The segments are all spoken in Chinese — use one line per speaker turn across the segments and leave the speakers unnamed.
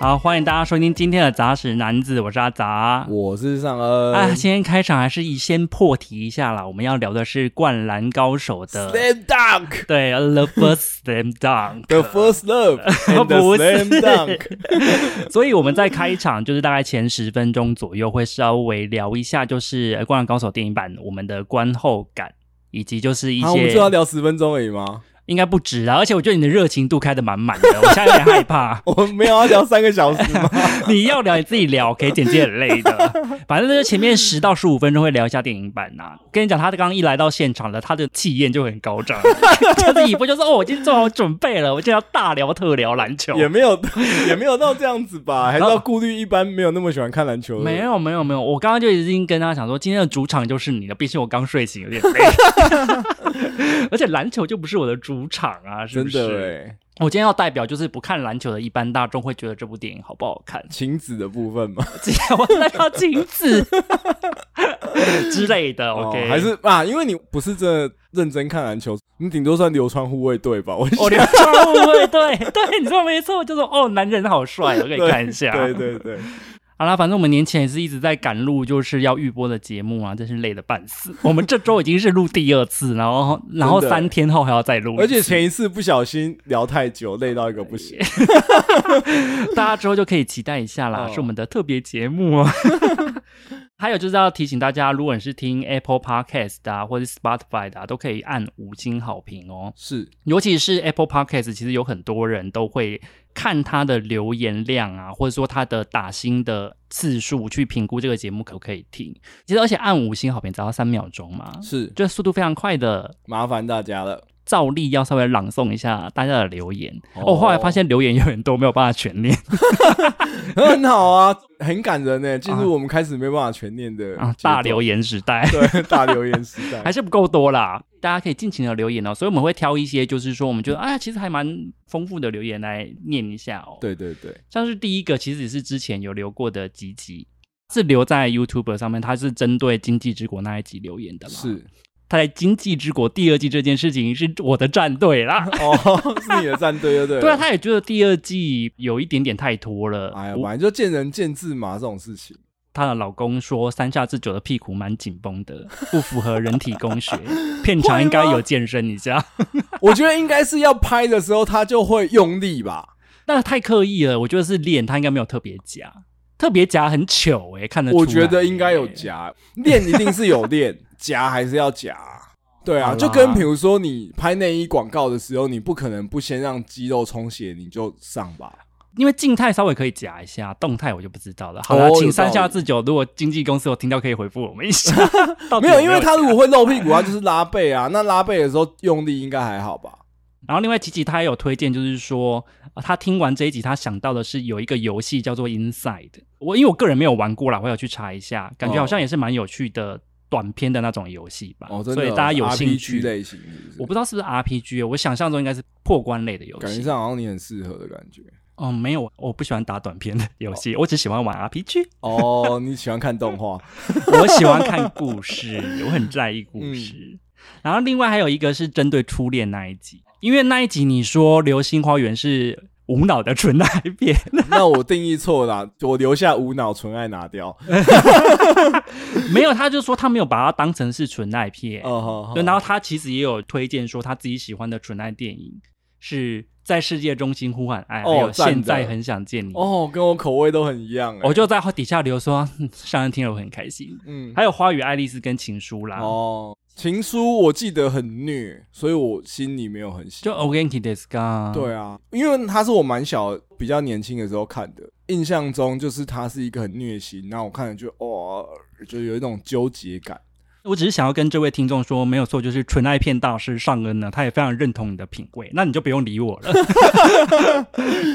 好，欢迎大家收听今天的杂食男子，我是阿杂。
我是尚恩。
啊，今天开场还是以先破题一下啦，我们要聊的是《灌篮高手》的
Slam Dunk
对《The First Slam Dunk》。
The First Love and the
不是
Slam Dunk。
所以我们在开场，就是大概前十分钟左右，会稍微聊一下，就是呃《灌篮高手》电影版我们的观后感，以及就是一
好，我们就
些、
要聊十分钟而已吗？。
应该不止啊。而且我觉得你的热情度开的满满的，我现在有点害怕
我们没有要聊三个小时 吗？
你要聊你自己聊，可以简介很累的。 反正就是前面十到十五分钟会聊一下电影版呐、啊跟你讲，他刚刚一来到现场了，他的气焰就很高涨， 就是一步就是哦，我已经做好准备了，我就要大聊特聊篮球。
也没有，也没有到这样子 吧？还是要顾虑一般没有那么喜欢看篮球的。
没，有没有没有，我刚刚就已经跟他讲说，今天的主场就是你的，毕竟我刚睡醒，有点 累。而且篮球就不是我的主场啊，是不
真
是？
的哎，
我今天要代表就是不看篮球的一般大众会觉得这部电影好不好看，
晴子的部分嘛。
只要我代表晴 子之类的。OK，、
哦还是啊，因为你不是真的认真看篮球，你顶多算流川护卫队吧？我
我流川护卫队，哦对，你说没错，就说哦，男人好帅，我给你看一下。
对对对，
好啦，反正我们年前也是一直在赶录，就是要预播的节目啊，真是累得半死。我们这周已经是录第二次，然后然后
真的
三天后还要再录一次，
而且前一次不小心聊太久，累到一个不行。
大家之后就可以期待一下啦，
哦
是我们的特别节目啊。 还有就是要提醒大家，如果你是听 Apple Podcast 的啊，或者 Spotify 的、啊，都可以按五星好评哦。
是，
尤其 是 Apple Podcast，其实有很多人都会看它的留言量啊，或者说它的打星的次数，去评估这个节目可不可以听。其实，而且按五星好评只要三秒钟嘛，
是
这速度非常快的。
麻烦大家了。
照例要稍微朗诵一下大家的留言。
哦
哦，后来发现留言有很多，没有办法全 念
很好啊，很感人呢。进入我们开始没办法全念的
啊，大留
言，
言时代。
对大留言时代
还，是不够多啦，大家可以尽情的留言哦，所以我们会挑一些，就是说我们觉得哎呀，其实还蛮丰富的留言来念一下哦。
对对对，
像是第一个其实也是之前有留过的几集，是留在 YouTube 上面，它是针对《经济之国》那一集留言的啦。，
是
他在《经济之国》第二季这件事情是我的战队啦。
哦，是你的战队，对 对了
对啊，他也觉得第二季有一点点太拖了。
哎呀，
我
反正就见仁见智嘛，这种事情。
她的老公说三下智久的屁股蛮紧绷的，不符合人体工 学，片场应该有健身一下。
我觉得应该是要拍的时候他就会用力吧。
那太刻意了，我觉得是练，他应该没有特别夹，特别夹很糗诶、看得出来
我觉得应该有
欸
夹，练一定是有 练，夹还是要夹。对
好
啊，
啦
就跟比如说你拍内衣广告的时候，你不可能不先让肌肉充血，你就上吧。
因为静态稍微可以夹一下，动态我就不知道了。好了，
哦
请
有道
三
理
下智久，如果经纪公司有听到，可以回复我们一 下。到底
没
有
有，因为
夹
他如果会露屁股，他就是拉背啊。那拉背的时候用力应该还好 吧？
然后另外琪琪他也有推荐，就是说、呃他听完这一集，他想到的是有一个游戏叫做 Inside，我因为我个人没有玩过啦，我有去查一下，感觉
哦
好像也是蛮有趣的短篇的那种游戏吧。
哦，真的
所
哦，
以大家有兴
RPG
趣，
类型是不是
我不知道是不是 RPG，我想象中应该是破关类的游戏。
感觉上哦好像你很适合的感觉。
哦，没有，我不喜欢打短篇的游戏，我只喜欢玩 RPG。
哦，你喜欢看动画？
我喜欢看故事，我很在意故
嗯
事。然后另外还有一个是针对初恋那一集，因为那一集你说《流星花园》是无脑的纯爱片，
那我定义错了啦，我留下无脑纯爱拿 掉。
没有，他就说他没有把它当成是纯爱片。
哦，好好
对，然后他其实也有推荐说他自己喜欢的纯爱电影是在世界中心呼喊爱，还
哦
有现
赞的
在很想见你。
哦，跟我口味都很一样哎、
我就在底下留说，嗯上恩听了我很开心。
嗯，
还有《啊花与爱丽丝》跟《情书》啦。
哦，情书我记得很虐，所以我心里没有很喜
就 o g a n k i d e s k a，
对啊，因为它是我蛮小、比较年轻的时候看的，印象中就是它是一个很虐心，然后我看了就哦，就有一种纠结感。
我只是想要跟这位听众说，没有错，就是纯爱片大师尚恩呢，他也非常认同你的品味，那你就不用理我了。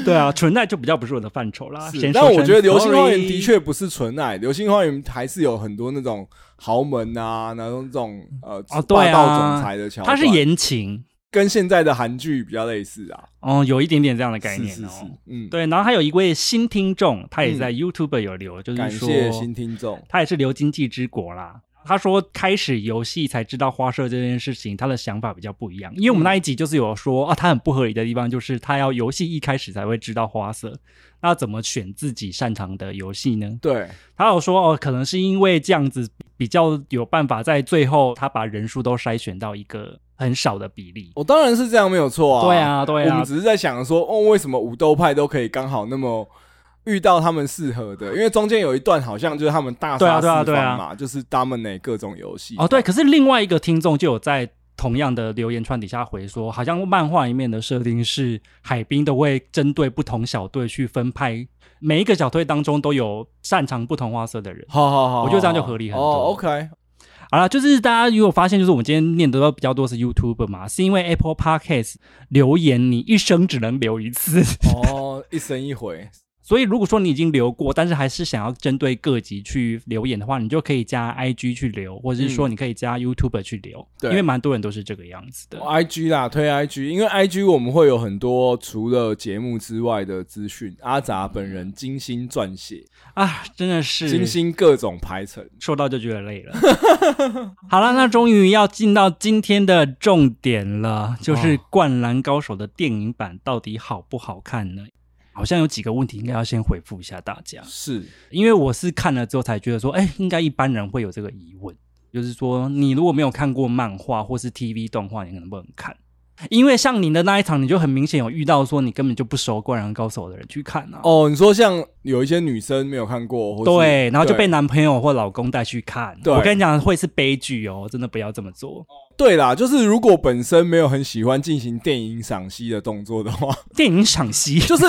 对啊，纯爱就比较不是我的范畴啦。
是
啊先，说
但我觉得
声
《流星花园
sorry》
的确不是纯爱，《流星花园》还是有很多那种豪门啊，然后那种呃、
哦对啊
霸道总裁的桥段，
它是言情
跟现在的韩剧比较类似啊，
哦，有一点点这样的概念哦。
是是是，嗯，
对，然后还有一位新听众，他也在 YouTube 有留，就是
感
说
谢新听众，
他也是留经济之国啦。他说开始游戏才知道花社这件事情，他的想法比较不一样。因为我们那一集就是有说、啊，他很不合理的地方就是他要游戏一开始才会知道花色，那怎么选自己擅长的游戏呢？
对，
他有说哦，可能是因为这样子比较有办法在最后他把人数都筛选到一个很少的比例。
我当然是这样，没有错啊。
对，啊，对
我
啊
们，只是在想说，哦，为什么武斗派都可以刚好那么遇到他们适合的？因为中间有一段好像就是他们大
对啊
杀
对啊
四
对啊
方嘛，就是 dominate 各种游戏。
哦，对，可是另外一个听众就有在同样的留言串底下回说，好像漫画里面的设定是海兵都会针对不同小队去分派，每一个小队当中都有擅长不同花色的人。
好，好好好，
我觉得这样就合理很多
哦，OK，
好啦，就是大家如果发现，就是我们今天念得到比较多是 YouTube 嘛，是因为 Apple Podcast 留言你一生只能留一次，
哦，一生一回，
所以如果说你已经留过，但是还是想要针对各级去留言的话，你就可以加 IG 去留，或者是说你可以加 YouTube 去留，
对
因为蛮多人都是这个样子的。
I G 啦，推 I G，因为 I G 我们会有很多除了节目之外的资讯，阿杂本人精心撰写，
啊，真的是
精心各种排程。
说到就觉得累了。 好了，那终于要进到今天的重点了，就是《灌篮高手》的电影版到底好不好看呢？好像有几个问题应该要先回复一下大家，
是，
因为我是看了之后才觉得说，哎，应该一般人会有这个疑问，就是说你如果没有看过漫画或是 TV 动画，你可能不能看。因为像你的那一场，你就很明显有遇到说你根本就不熟《灌篮高手》的人去看啊，
哦，你说像有一些女生没有看过，或是
对，然后就被男朋友或老公带去看。
对
我跟你讲，会是悲剧哦，真的不要这么做。
对啦，就是如果本身没有很喜欢进行电影赏析的动作的话，
电影赏析，
就是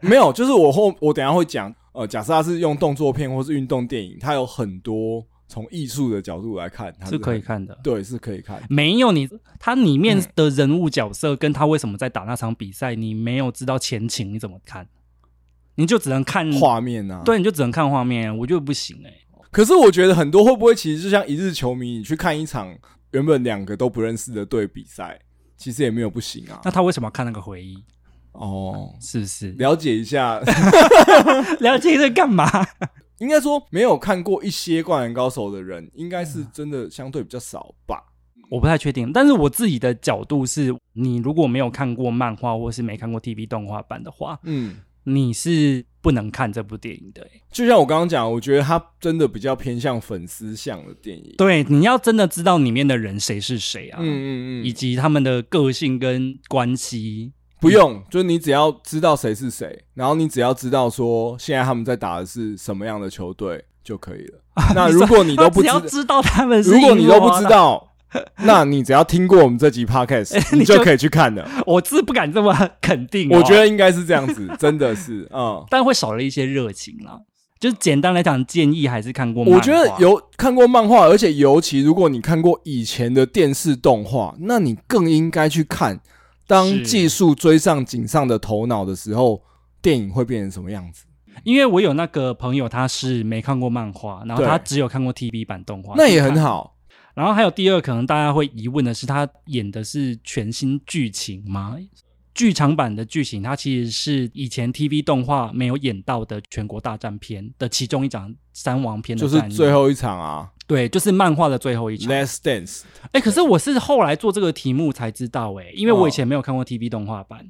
没有，就是我后我等一下会讲，呃，假设他是用动作片或是运动电影，它有很多从艺术的角度来看，它
是可以
很，
看的。
对，是可以看，
没有你，它里面的人物角色跟他为什么在打那场比赛，你没有知道前情，你怎么看？你就只能看，
画啊面啊，。
嗯对，你就只能看画面，我觉得不行哎、
可是我觉得很多会不会其实就像一日球迷，你去看一场原本两个都不认识的队比赛，其实也没有不行啊
那。他为什么要看那个回忆？
哦，
是不 是？
了解一下，
了解这干嘛？
应该说没有看过一些《灌篮高手》的人，应该
嗯
是真的相对比较少吧。
我不太确定，但是我自己的角度是，你如果没有看过漫画或是没看过 TV 动画版的话，
嗯，
你是不能看这部电影的欸、
就像我刚刚讲，我觉得他真的比较偏向粉丝向的电影。
对，你要真的知道里面的人谁是谁啊，
嗯嗯
以
嗯，
及他们的个性跟关系。
不用，就是你只要知道谁是谁，然后你只要知道说现在他们在打的是什么样的球队就可以 了。那如果你都不
只
知
要知道他们是，
如果你都不知，道，那你只要听过我们这集 podcast，
你
你就
就
可以去看了。
我是不敢这么肯定、啊
我觉，得应该是这样子，真的是，嗯，
但会少了一些热情啦。就是简单来讲，建议还是看过漫画。
我觉得有看过漫画，而且尤其如果你看过以前的电视动画，那你更应该去看。当
是
技术追上井上的头脑的时候，电影会变成什么样子？
因为我有那个朋友，他是没看过漫画，然后他
对
只有看过 TV 版动画，
那也很
好。
好。
然后还有第二，可能大家会疑问的是，他演的是全新剧情吗？剧场版的剧情，它其实是以前 TV 动画没有演到的全国大战篇的其中一场三王篇的
就是
战役
最后一场啊
对，就是漫画的最后一场。
，Last Dance。
哎，可是我是后来做这个题目才知道、哎，因为我以前没有看过 TV 动画版，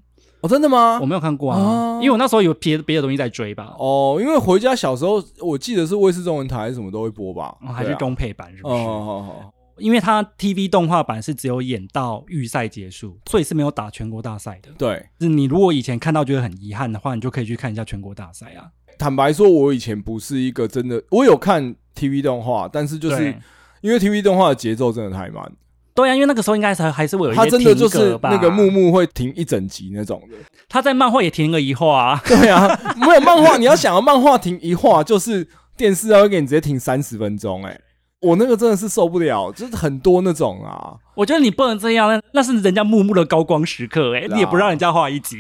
哦，真的吗
我？没有看过啊，
啊哦
因为我那时候有别别的东西在追吧，
哦，因为回家小时候，我记得是卫视中文台还是什么都会播吧，
哦还是
对啊
中配版是不
哦
是？
哦
因为它 TV 动画版是只有演到预赛结束，所以是没有打全国大赛的。
对。
就是你如果以前看到觉得很遗憾的话，你就可以去看一下全国大赛啊。
坦白说，我以前不是一个真的，我有看 TV 动画，但是就是
对
因为 TV 动画的节奏真的太慢，
对啊，因为那个时候应该还还是会有一些
它真的就
停
是
格吧
那个木，木会停一整集那种的。
他在漫画也停了一画、啊，
对啊，没有漫画，你要想要漫画停一画，就是电视要给你直接停三十分钟，哎，我那个真的是受不了，就是很多那种 啊。
我觉得你不能这样，那那是人家木木的高光时刻、欸，哎，
啦
你也不让人家画一集。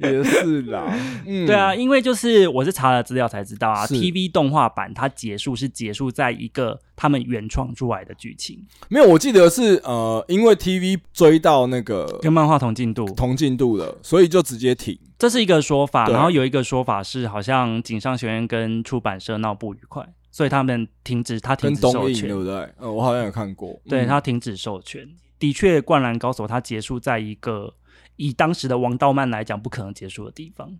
也是啦，嗯，
对啊，，因为就是我是查了资料才知道啊
是
，TV 动画版它结束是结束在一个他们原创出来的剧情，
没有，我记得是呃，因为 TV 追到那个
跟漫画同进度，
同进度了，所以就直接停。
这是一个说法。
对
然后有一个说法是，好像井上学院跟出版社闹不愉快，所以他们停止他停
跟
止
东
授
映对
权，
不对？嗯，我好像有看过。
对
嗯
他停止授权。的确，《灌篮高手》它结束在一个以当时的王道漫来讲不可能结束的地方，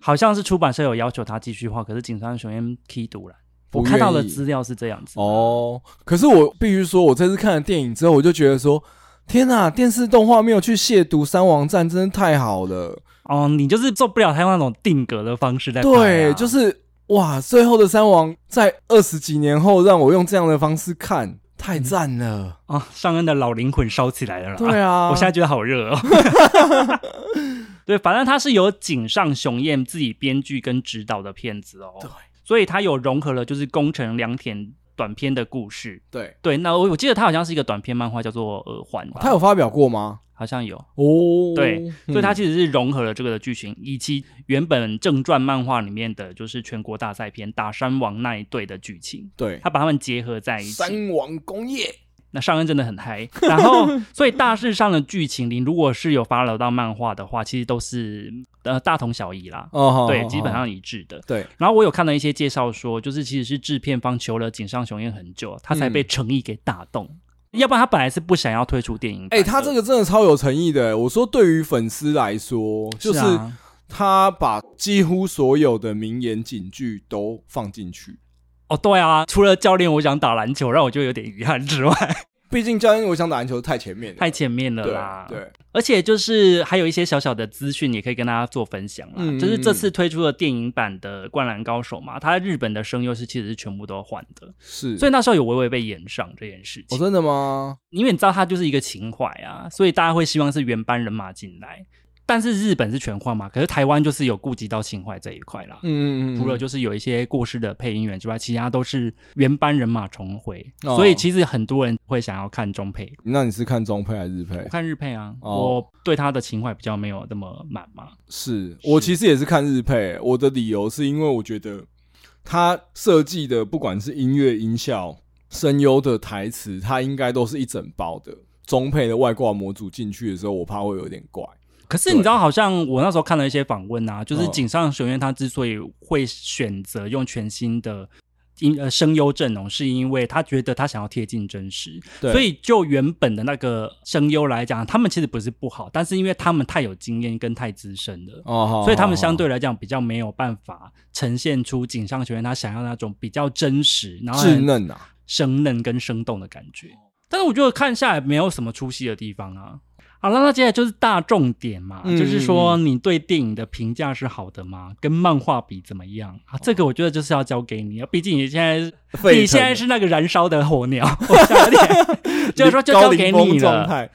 好像是出版社有要求他继续画，可是井上雄彦踢赌了。
不
我看到的
愿意
资料是这样子，
哦，可是我必须说，我这次看了电影之后，我就觉得说，天呐，电视动画没有去亵渎三王战，真的太好了。
哦，你就是做不了他用那种定格的方式在拍啊、
对，就是哇，最后的三王在二十几年后让我用这样的方式看，太赞了。
嗯啊，上恩的老灵魂烧起来了啦。
对啊，
我现在觉得好热 哦。对，反正它是由井上雄彦自己编剧跟指导的片子哦。
对，
所以它有融合了就是宫城良田短篇的故事。
对
对，那我我记得它好像是一个短篇漫画，叫做《耳环》吧，
他哦有发表过吗？
好像有。
哦，
对，所以它
嗯
其实是融合了这个的剧情，以及原本正传漫画里面的就是全国大赛篇打山王那一队的剧情，
对
它把它们结合在一起。
三王工业，
那上恩真的很嗨，然 后所以大致上的剧情，你如果是有发了到漫画的话，其实都是呃大同小异啦，
哦，好
对，
好
基本
好
上一致的。
对，
然后我有看到一些介绍说，就是其实是制片方求了井上雄彦很久，他才被
嗯
诚意给打动，要不然他本来是不想要推出电影版的。
哎、他这个真的超有诚意的。欸我说，对于粉丝来说，就是
啊
他把几乎所有的名言警句都放进去。
哦对啊，除了教练我想打篮球，让我就有点遗憾之外，
啊毕竟教练，我想打篮球太前面 了，
太前面了
对
啦。
对，
而且就是还有一些小小的资讯，也可以跟大家做分享啦。
嗯
就是这次推出的电影版的《灌篮高手》嘛，它日本的声优是其实是全部都换的，
是。
所以那时候有微微被延上这件事
哦，
情。
真的吗？
因为你知道它就是一个情怀啊，所以大家会希望是原班人马进来。但是日本是全换嘛，可是台湾就是有顾及到情怀这一块啦。
嗯嗯嗯，
除了就是有一些过世的配音员之外，其他都是原班人马重回，
哦
所以其实很多人会想要看中配。
那你是看中配还是日配
我？看日配啊，
哦
我对他的情怀比较没有那么满嘛。
是我其实也是看日配，我的理由是因为我觉得他设计的不管是音乐音效、声优的台词，它应该都是一整包的。中配的外挂模组进去的时候，我怕会有点怪。
可是你知道，好像我那时候看了一些访问啊，就是
哦
井上雄彦他之所以会选择用全新的音呃声优阵容，是因为他觉得他想要贴近真实。
对
所以就原本的那个声优来讲，他们其实不是不好，但是因为他们太有经验跟太资深了。
哦，好
所以他们
好
相对来讲比较没有办法呈现出井上雄彦他想要那种比较真实，然
好
后
稚
很
嫩啊，
生嫩跟生动的感觉。但是我觉得看下来没有什么出戏的地方啊。好了，那接下来就是大重点嘛，
嗯
就是说你对电影的评价是好的吗？跟漫画比怎么样
哦
啊？这个我觉得就是要交给你，啊毕竟你现在
沸腾
你现在是那个燃烧的火 鸟，我差点就是说就
高
交
凌
给
风
你
状
了
态。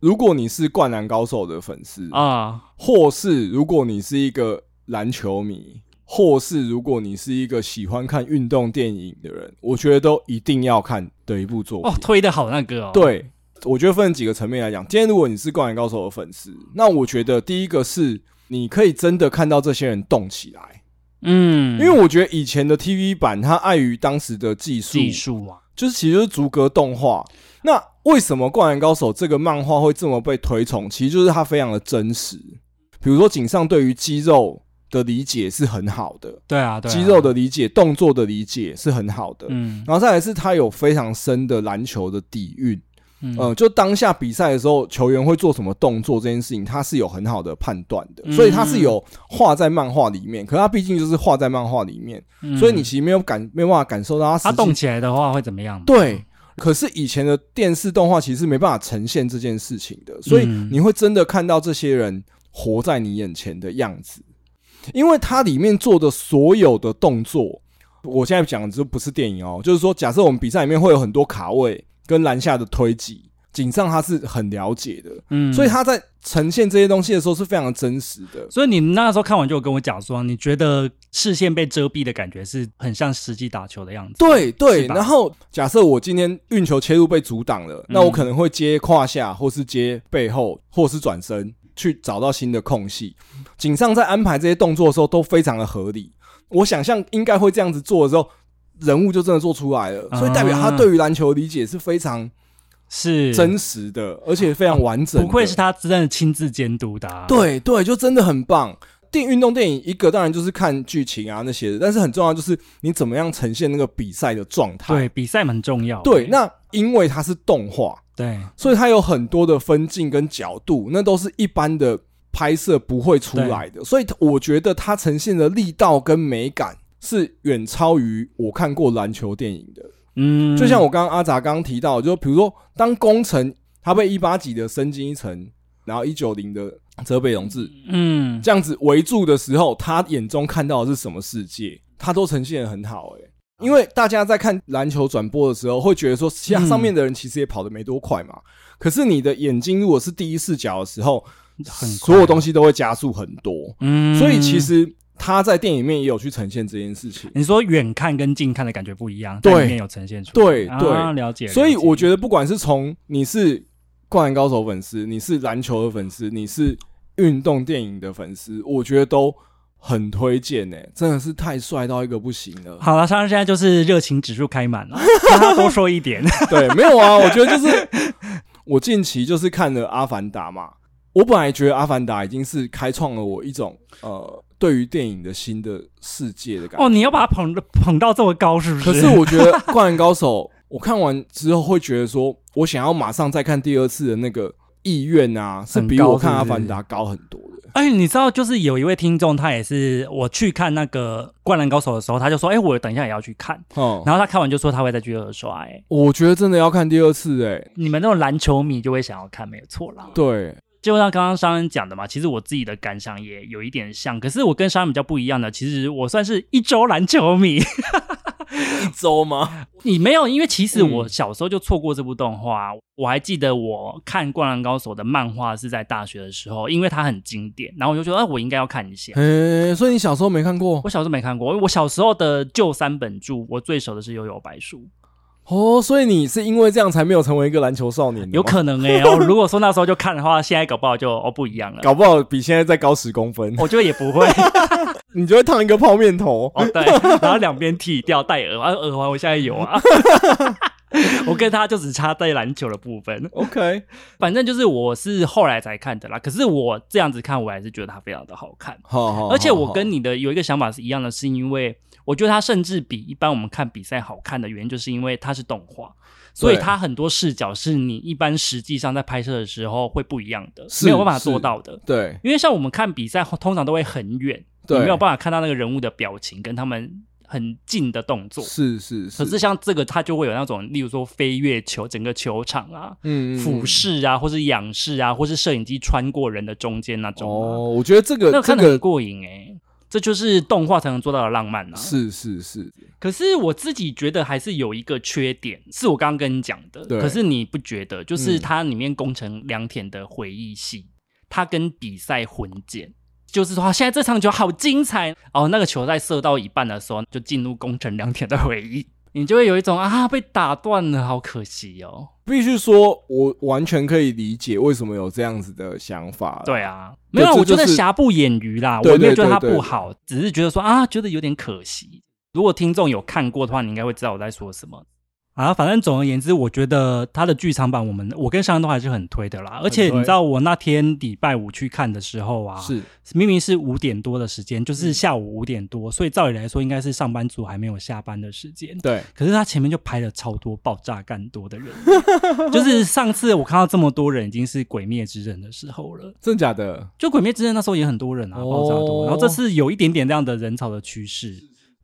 如果你是灌篮高手的粉丝啊，
啊。
或是如果你是一个篮球迷，或是如果你是一个喜欢看运动电影的人，我觉得都一定要看的一部作品。
哦，推的好那个哦，，
对，我觉得分几个层面来讲。今天如果你是灌篮高手的粉丝，那我觉得第一个是你可以真的看到这些人动起来，
嗯，
因为我觉得以前的 TV 版它碍于当时的技术，
技术啊，
就是其实就是逐格动画。那为什么《灌篮高手》这个漫画会这么被推崇？其实就是它非常的真实。比如说，井上对于肌肉的理解是很好的，
对啊，对啊
肌肉，的理解、动作的理解是很好的。
嗯
然后再来是他有非常深的篮球的底蕴，
嗯
呃，就当下比赛的时候，球员会做什么动作这件事情，他是有很好的判断
嗯
的，所以他是有画在漫画里面。可他毕竟就是画在漫画里面，
嗯
所以你其实没有感没有办法感受到他
他
实际
动起来的话会怎么样？
对，可是以前的电视动画其实没办法呈现这件事情的，所以
嗯
你会真的看到这些人活在你眼前的样子，因为它里面做的所有的动作，我现在讲的就不是电影哦，就是说，假设我们比赛里面会有很多卡位跟篮下的推挤，井上他是很了解的，
嗯，
所以他在呈现这些东西的时候是非常真实的。
所以你那时候看完就有跟我讲说，你觉得视线被遮蔽的感觉是很像实际打球的样子。
对对，
是吧
然后假设我今天运球切入被阻挡了，
嗯
那我可能会接胯下，或是接背后，或是转身去找到新的空隙。井上在安排这些动作的时候都非常的合理，我想象应该会这样子做的时候，人物就真的做出来了，
啊
所以代表他对于篮球的理解是非常
是哦
真实的，而且非常完整的。
不愧是他真的亲自监督的、啊。
对对，就真的很棒。电运动电影一个当然就是看剧情啊那些的，但是很重要就是你怎么样呈现那个比赛的状态。
对，比赛蛮重要。
对，那因为它是动画，
对
所以它有很多的分镜跟角度，那都是一般的拍摄不会出来的。所以我觉得它呈现的力道跟美感是远超于我看过篮球电影的。
嗯，
就像我刚刚阿杂刚刚提到，就比如说当工程它被一八几的升进一层，然后一九零的泽北荣治
嗯，
这样子围住的时候，他眼中看到的是什么世界，他都呈现的很好、欸。因为大家在看篮球转播的时候，会觉得说，其他
嗯
上面的人其实也跑得没多快嘛。可是你的眼睛如果是第一视角的时候，
很
所有东
西，
西都会加速很多。
嗯，
所以其实他在电影里面也有去呈现这件事情。
你说远看跟近看的感觉不一样，
对
在里面有呈现出来，
对
啊
对
了解。
所以我觉
得，
得，不管是从你是《灌篮高手》粉丝，你是篮球的粉丝，你是运动电影的粉丝，我觉得都很推荐呢、真的是太帅到一个不行 了。
好了，上现在就是热情指数开满了，让他多说一 点。
对，没有啊，我觉得就是我近期就是看了《阿凡达》嘛，我本来觉得《阿凡达》已经是开创了我一种呃对于电影的新的世界的感觉。
哦，你要把它捧捧到这么高，是不
可是我觉得《灌篮高手》，我看完之后会觉得说，我想要马上再看第二次的那个意愿啊，是比我看《阿凡达》高很多的。
哎，你知道，就是有一位听众，他也是我去看那个《灌篮高手》的时候，他就说：“哎，我等一下也要去看。”
哦、
然后他看完就说他会再去二刷。哎，
我觉得真的要看第二次哎、
你们那种篮球迷就会想要看，没有错啦。
对，
就像刚刚商人讲的嘛，其实我自己的感想也有一点像，可是我跟商人比较不一样的，其实我算是一周篮球迷。
一周吗？
你没有，因为其实
嗯
我小时候就错过这部动画、我还记得我看《灌篮高手》的漫画是在大学的时候，因为它很经典，然后我就觉得，哎、我应该要看一下。
诶、所以你小时候没看过
我小时候没看过，我小时候的旧三本著，我最熟的是《幽游白书
哦，所以你是因为这样才没有成为一个篮球少年的》，吗，
有可能哎、欸。哦，如果说那时候就看的话，现在搞不好就哦不一样了。
搞不好比现在再高十公分，
我觉得也不会
你就会烫一个泡面头。
哦，对，然后两边剃掉戴耳环，耳环我现在有啊。 我跟他就只差在篮球的部分，
OK，
反正就是我是后来才看的啦。可是我这样子看，我还是觉得它非常的好看。
好好。
而且
好
我跟你的有一个想法是一样的，是因为我觉得它甚至比一般我们看比赛好看的原因，就是因为它是动画，所以它很多视角是你一般实际上在拍摄的时候会不一样的，
是
没有办法做到的。
对
因为像我们看比赛，通常都会很远，你
对
没有办法看到那个人物的表情跟他们很近的动作。
是是是，
可是像这个，它就会有那种，例如说飞越球整个球场啊，
嗯嗯嗯
俯视啊，或是仰视啊，或是摄影机穿过人的中间那种、啊。
哦，我觉得这个
那
这
看得很
个
过瘾哎、这就是动画才能做到的浪漫啊。，
是是是，
可是我自己觉得还是有一个缺点，是我刚刚跟你讲的。
对
可是你不觉得？就是
嗯
它里面工程良田的回忆戏，它跟比赛混剪。就是说，现在这场球好精彩哦！那个球在射到一半的时候，就进入工程良田的回忆，你就会有一种啊被打断了，好可惜哦。
必须说，我完全可以理解为什么有这样子的想法。，
对啊，没
对
有啊，
这
我觉
就
得
是
瑕不掩瑜啦，
对
我没有
对
觉得
对
它
对
不好，只是觉得说啊，觉得有点可惜。如果听众有看过的话，你应该会知道我在说什么。啊，反正总而言之，我觉得它的剧场版，我们我跟商人都还是很推的啦。而且
很推
你知道，我那天礼拜五去看的时候啊，
是嗯
明明是五点多的时间，就是下午五点多，所以照理来说应该是上班族还没有下班的时间。
对，
可是他前面就拍了超多爆炸干多的人， 就是上次我看到这么多人，已经是《鬼灭之刃》的时候了。
真假的？
就《鬼灭之刃》那时候也很多人啊，
哦
爆炸多。然后这次有一点点这样的人潮的趋势，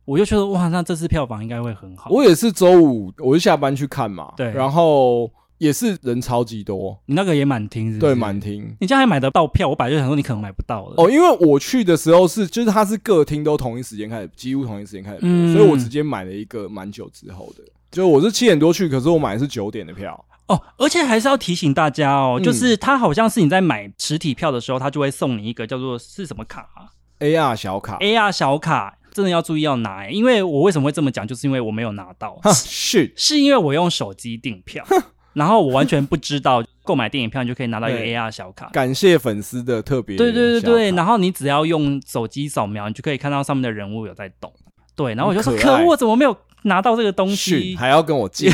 我就觉得哇，那这次票房应该会很好。
我也是周五，我是下班去看嘛，
对
然后也是人超级多，
你那个也满厅是不是？
对，满。厅。
你这样还买得到票，我本来就想说你可能买不到了。
哦，因为我去的时候是，就是它是各厅都同一时间开始，几乎同一时间开始播，
嗯
所以我直接买了一个蛮久之后的，就我是七点多去，可是我买的是九点的票，
哦，而且还是要提醒大家哦，
嗯
就是它好像是你在买实体票的时候，它就会送你一个叫做是什么卡啊、
AR 小卡，
AR 小卡，真的要注意要拿、因为我为什么会这么讲，就是因为我没有拿到，
哈，shit，
是因为我用手机订票，然后我完全不知道购买电影票你就可以拿到一个
对
AR 小卡，
感谢粉丝的特别小
对
卡，
对对对，然后你只要用手机扫描，你就可以看到上面的人物有在动。对，然后我就说，
很可
可
爱
恶，我怎么没有拿到这个东西
，shit，？还要跟我借。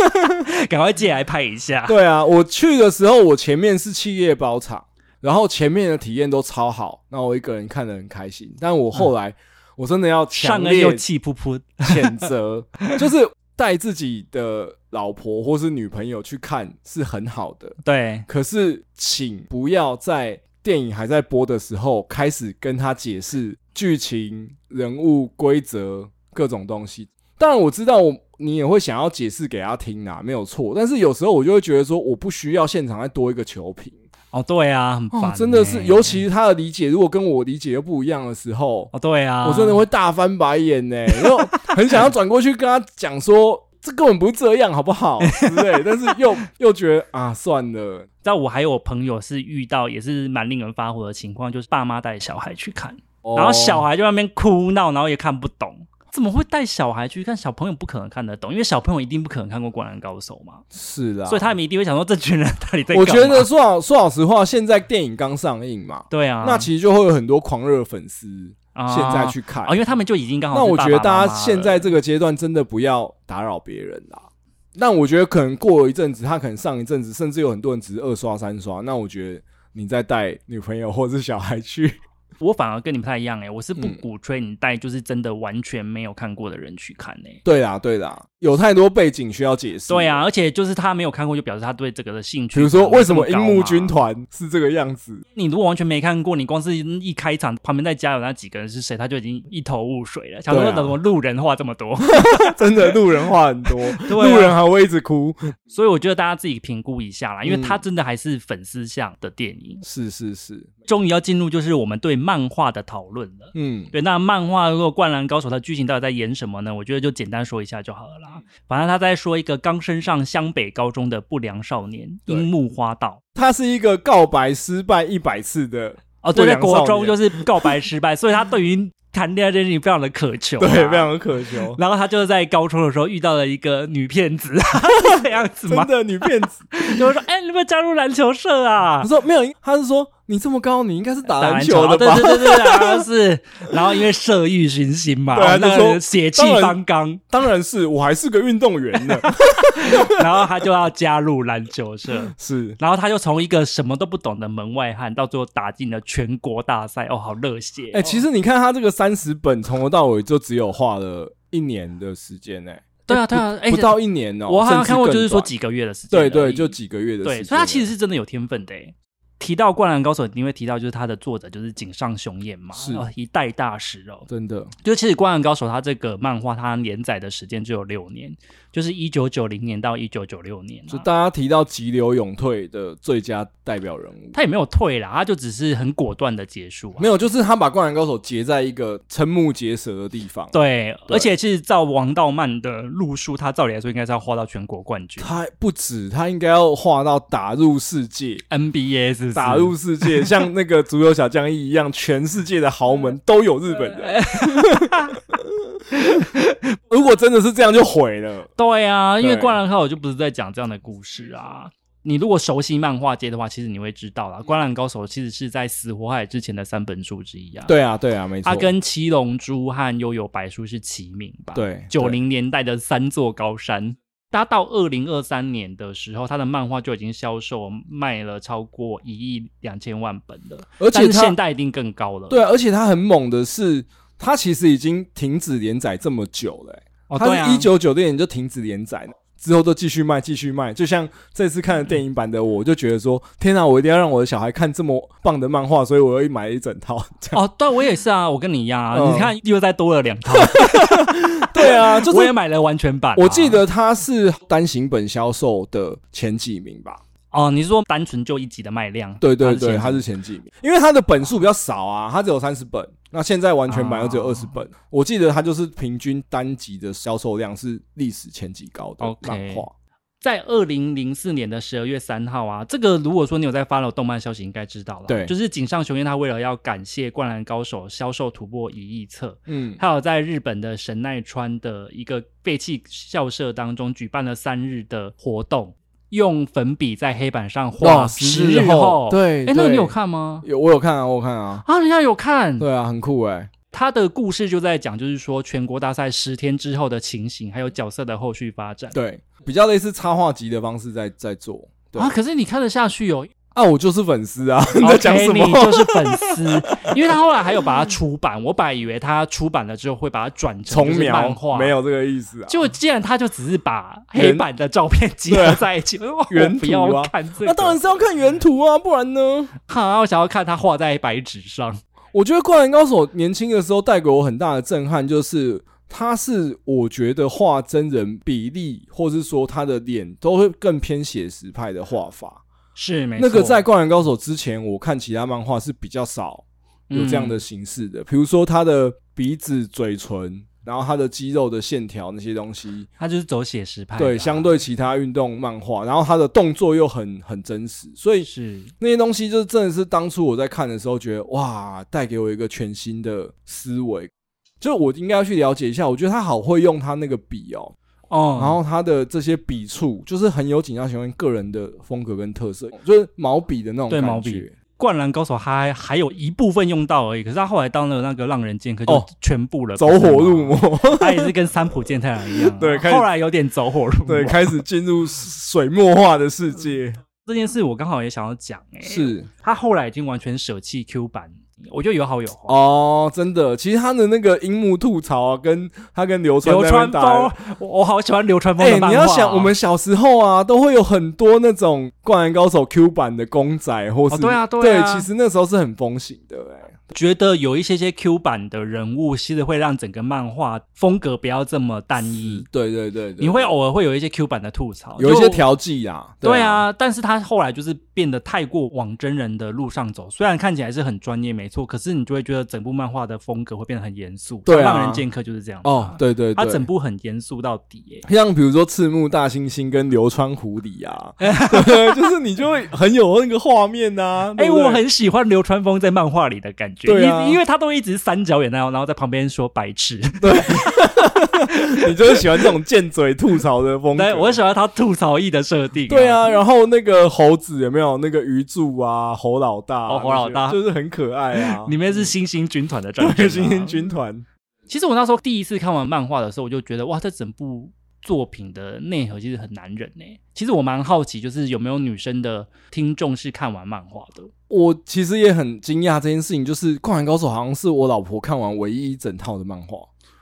赶快借来拍一下。
对啊，我去的时候，我前面是企业包场，然后前面的体验都超好，那我一个人看得很开心。但我后来、我真的要强
嗯上恩
烈
又气噗噗，
谴责， 就是带自己的老婆或是女朋友去看是很好的，
对，
可是请不要在电影还在播的时候开始跟他解释剧情、人物规则各种东西。当然我知道我你也会想要解释给他听啦、没有错。但是有时候我就会觉得说，我不需要现场再多一个球评、
哦，对啊，很烦、
哦，真的是，尤
欸
其是他的理解如果跟我理解又不一样的时候，
哦，对啊，
我真的会大翻白眼呢、然后很想要转过去跟他讲说，这根本不是这样，好不好之类，但是又又觉得啊，算了，
但我还有朋友是遇到也是蛮令人发火的情况，就是爸妈带小孩去看，
哦
然后小孩就在那边哭闹，然后也看不懂。怎么会带小孩去看？小朋友不可能看得懂，因为小朋友一定不可能看过《灌篮高手》嘛，
是啦，
所以他们一定会想说这群人到底在干嘛
我觉得说老说老实话，现在电影刚上映嘛，
对啊，
那其实就会有很多狂热粉丝
啊
现在去看。
哦，因为他们就已经刚好
那
是
我
爸
觉
爸
得大家
妈妈了
现在这个阶段真的不要打扰别人啦。那我觉得可能过一阵子，他可能上一阵子，甚至有很多人只是二刷三刷。那我觉得你再带女朋友或者是小孩去，
我反而跟你不太一样哎、我是不
嗯
鼓吹你带就是真的完全没有看过的人去看哎、
对啦，对啦，有太多背景需要解释。
对啊，，而且就是他没有看过，就表示他对这个的兴趣。
比如说为什么樱木军
团？
团是这个样子？
啊 你如果完全没看过，你光是一开场旁边再加油那几个人是谁，他就已经一头雾水了。想说
对啊
怎么路人话这么 多，
真的路人话很多，
对啊
路人还会一直哭。
所以我觉得大家自己评估一下啦，因为
嗯
他真的还是粉丝向的电影。
是是是，
终于要进入就是我们对漫画的讨论了。
嗯，
对，那漫画如果《灌篮高手》它剧情到底在演什么呢？我觉得就简单说一下就好了
嗯
啦。反正他在说一个刚升上湘北高中的不良少年
对
樱木花道。
他是一个告白失败一百次的，
哦，对，在
不良
国
少
中
年
就是告白失 败，所以他对于谈恋爱这件事情非常的渴求、
对，非
常。
常的 渴求。
然后他就在高中的时候遇到了一个女骗 子，这样子
真
吗？
的女骗 子，
就是说，哎、你有没有加入篮球社啊
他？说没有，他是说你这么高，你应该是
打
打篮
篮球哦
的
对
吧？
对对对，然后是，然后因为色欲熏心嘛，哦
对啊
那
就
个
说
人血气
当然
方刚，
当然是我还是个运动员 呢，
然后他就要加入篮球社。
是
然后他就从一个什么都不懂的门外汉，到最后打进了全国大赛，哦，好热血！
哎、其实你看他这个三十本，从头到尾就只有画了一年的时间呢、
对啊，对啊，哎
不，到一年哦、
我好像
甚至
看过，就是说
更短
几个月的时间而
对
已，
对，就几个月的时间而已。
对，所以他其实是真的有天分的欸。提到《灌篮高手》，你会提到就是他的作者就是井上雄彦嘛，
是
哦、一代大师哦。
真的
就其实《灌篮高手》它这个漫画，它连载的时间只有六年，就是一九九零年到一九九六年、
就
啊。
大家提到急流勇退的最佳代表人物，
他也没有退啦，他就只是很果断的结束、啊。
没有，就是他把灌篮高手结在一个瞠目结舌的地方。
对，
对
而且其实照王道漫的路数，他照理来说应该是要画到全国冠军
他不止，他应该要画到打入世界，
NBA 是不是？
打入世 界，像那个足球小将一一样，全世界的豪门都有日本人。 如果真的是这样，就毁了。
对啊，因为《
对
灌篮高手》就不是在讲这样的故事啊。嗯你如果熟悉漫画界的话，其实你会知道啦，《灌篮高手》其实是在《死火海》之前的三本书之一啊。，
对啊，对啊，没错。
它跟《七龙珠》和《悠悠白书》是齐名吧？，
对
九零年代的三座高山。它到二零二三年的时候，它的漫画就已经销售卖了超过一亿两千万本了，
对而
但
且
是现
他
代一定更高了。
对啊，而且他很猛的是，他其实已经停止连载这么久了、欸
哦，对
他
啊，
是一九九六年就停止连载了，之后都继续卖，继续卖。就像这次看了电影版的我，就觉得说，天啊，我一定要让我的小孩看这么棒的漫画，所以我要买一整套。这 样
哦，对我也是啊，我跟你一样啊，
嗯
你看又再多了两套，
对啊，就
我也
是
买了完全版啊、
我记得他是单行本销售的前几名吧？
哦，你是说单纯就一集的卖量？
对对对，
它
他
是
是前几名，因为他的本数比较少啊，他只有三十本。那现在完全版又只有
啊
二十本，我记得他就是平均单集的销售量是历史前几高的
OK
漫画。
在二零零四年的十二月三号啊，这个如果说你有在 follow 动漫消息，应该知道了。
对
就是井上雄彦他为了要感谢《灌篮高手》销售突破一亿册，
嗯，
还有在日本的神奈川的一个废弃校舍当中举办了三日的活动，用粉笔在黑板上画
哇
十
十日
后
后。对
哎，那个你
对
有看吗？
有我有看啊，我有看啊。
啊，人家有看。
对啊，很酷哎、
他的故事就在讲，就是说全国大赛十天之后的情形，还有角色的后续发展。
对，比较类似插画集的方式在在做。对
啊，可是你看得下去哦，
啊，我就是粉丝啊，你在讲什
o k 哦你
么？
就是粉丝， 因为他后来还有把它出版，我本来以为他出版了之后会把它转成
重
就是
描
漫画，
没。有这个意思啊。
结果既然他就只是把
原
黑板的照片集
对
合
啊
在一起，我就说
原
我不
图
要
啊
看这个，
那当然是要看原图啊，不然呢？
哈，我想要看他画在白纸上。
我觉得《灌篮高手》年轻的时候带给我很大的震撼，就是他是我觉得画真人比例，或是说他的脸都会更偏写实派的画法。
是没错，
那个在《灌篮高手》之前，我看其他漫画是比较少有这样的
嗯
形式的，比如说他的鼻子、嘴唇，然后他的肌肉的线条那些东西，
他就是走写实派的啊，
对，相对其他运动漫画，然后他的动作又很很真实，所以
是
那些东西就是真的是当初我在看的时候，觉得哇，带给我一个全新的思维。就我应该要去了解一下，我觉得他好会用他那个笔哦，
哦，
然后他的这些笔触就是很有井上雄彦个人的风格跟特色，就是毛笔的那种
对毛
感
笔
觉。
灌篮高手还还有一部分用到而已，可是他后来当了那个浪人剑客就
哦
全部了，
走
不是
火
吗
入，魔，
他也是跟三浦健太郎 一样啊，
对开始
后来有点走火入魔。
对，开始进入水墨画的世 界。
这件事我刚好也想要讲，哎，
是
他后来已经完全舍弃 Q 版，我觉得有好有坏。
哦，真的，其实他的那个樱木吐槽啊，跟他跟流川
流
在那
川
边打来
枫，我我好喜欢流川枫
哎、
的漫画哦。
你要想，我们小时候啊，都会有很多那种《灌篮高手》Q 版的公仔，或是、
哦对啊对啊
其实那时候是很风行的、哎，
觉得有一些些 Q 版的人物，其实会让整个漫画风格不要这么单一。
对对对对
你会偶尔会有一些 Q 版的吐槽，
有一些
就
调剂啊，
对
啊，
啊，但是他后来就是变得太过往真人的路上走，虽然看起来是很专业没错，可是你就会觉得整部漫画的风格会变得很严肃。
对啊
像浪人剑客就是这样。
哦，，对对
他
对，
整部很严肃到底、耶。
像比如说赤木大猩猩跟流川狐狸 啊， 对，就是你就会很有那个画面呐、啊。
哎、
对不对
我很喜欢流川枫在漫画里的感觉，
对啊
因因为他都一直三角眼那样，然后在旁边说白痴。
你就是喜欢这种贱嘴吐槽的风 格。
对，我喜欢他吐槽意的设定、
对，啊，然后那个猴子有没有那个鱼柱啊，猴老大啊、
哦猴老大
那些就是很可爱 啊。
里面是新兴军团的战争、啊
对星星军团，
其实我那时候第一次看完漫画的时候，我就觉得哇，这整部作品的内核其实很难忍呢、欸其实我蛮好奇，就是有没有女生的听众是看完漫画的？
我其实也很惊讶这件事情，就是《灌篮高手》好像是我老婆看完唯一一整套的漫画，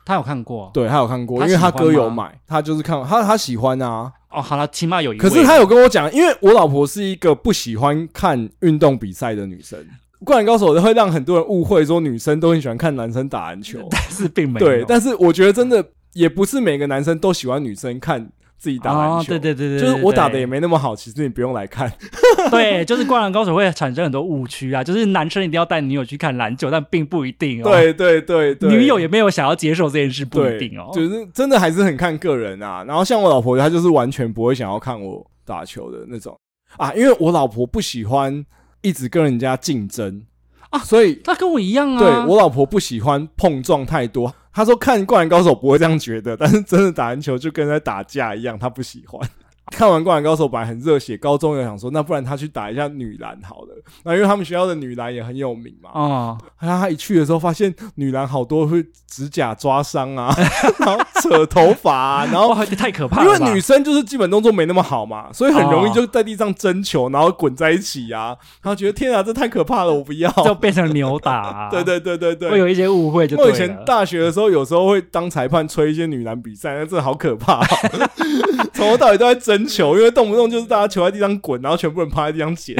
她有看过？啊
对她有看过，
她
因为她
喜欢
哥有
吗
买，她就是看她她喜欢啊。
哦，好了，起码有一位。
可是她有跟我讲，因为我老婆是一个不喜欢看运动比赛的女生，《灌篮高手》会让很多人误会说女生都很喜欢看男生打篮球，
但是并没有。
对，但是我觉得真的也不是每个男生都喜欢女生看自己打篮
哦，
球，
对对对对，
就是我打的也
没
没那么好，其实你不用来看，
对，就是灌篮高手会产生很多误区啊，就是男生一定要带女友去看篮球，但并不一定哦。
对对对对，
女友也没有想要接受这件事，不一定哦。
就是真的还是很看个人啊。然后像我老婆，她就是完全不会想要看我打球的那种啊，因为我老婆不喜欢一直跟人家竞争
啊
所以
他跟我一样啊，
对我老婆不喜欢碰撞太多。她说看《灌篮高手》不会这样觉得， 但是真的打篮球就跟在打架一样，她不喜欢。看完《灌篮高手》本来很热血，高中也想说，那不然她去打一下女篮好了。那、因为他们学校的女篮也很有名嘛，
哦，
然后他一去的时候，发现女篮好多会指甲抓伤 啊，然后扯头发、啊，然后
哇，太可怕
因
了吧。哦
为女生就是基本动作没那么好嘛，所以很容易就在地上争球，然后滚在一起啊。然后觉得天啊，这太可怕了，我不要。。
就变成扭打、啊
对对对对
会
对。
有一些误会就
我
对
以前
了。
大学的时候，有时候会当裁判吹一些女篮比赛，那真的好可怕、哦 从头到尾都在争球，因为动不动就是大家球在地上滚，然后全部人趴在地上捡。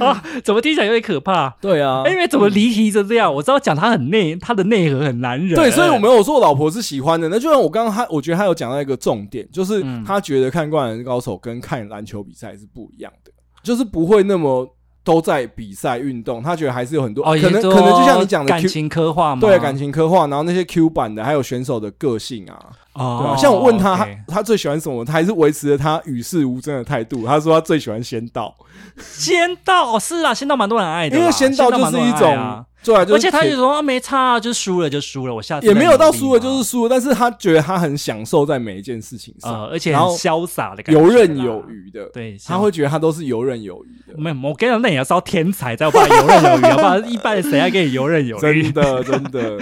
啊，怎么听起来有点可怕？
对啊
哎因为怎么离题成这样？我知道讲他很内，他的内核很难忍。
对，所以我没有说我老婆是喜欢的。那就像我刚刚她，我觉得她有讲到一个重点，就是
嗯
她觉得看《灌篮高手》跟看篮球比赛是不一样的，就是不会那么都在比赛运动。她觉得还是有很多、
哦，也
可
就
能，
是说
可能就像你讲的
感
Q。
情刻画嘛，
对感情刻画，然后那些 Q 版的，还有选手的个性啊，对
哦
啊，像我问他，他
OK
他最喜欢什么，他还是维持了他与世无争的态度。他说他最喜欢仙道，
仙道哦是啊，仙道蛮多人爱的啦，
因为仙道就
蛮
是
多人
一
爱
种，
啊
对啊，就
而
是
且他
铁
就说啊没差啊，就输了就输了，我下次
也
再
没有到
努力
输了
嘛
就是输了，但是他觉得他很享受在每一件事情上，
呃，而且
然
很
后
潇洒的感觉，
游刃有。余的，
对，
他会觉得他都是游刃有余的，
没有，我跟你讲，那也要是要天才才有办法游刃有余，要不然一般人谁还跟你游刃有余？
真的真的。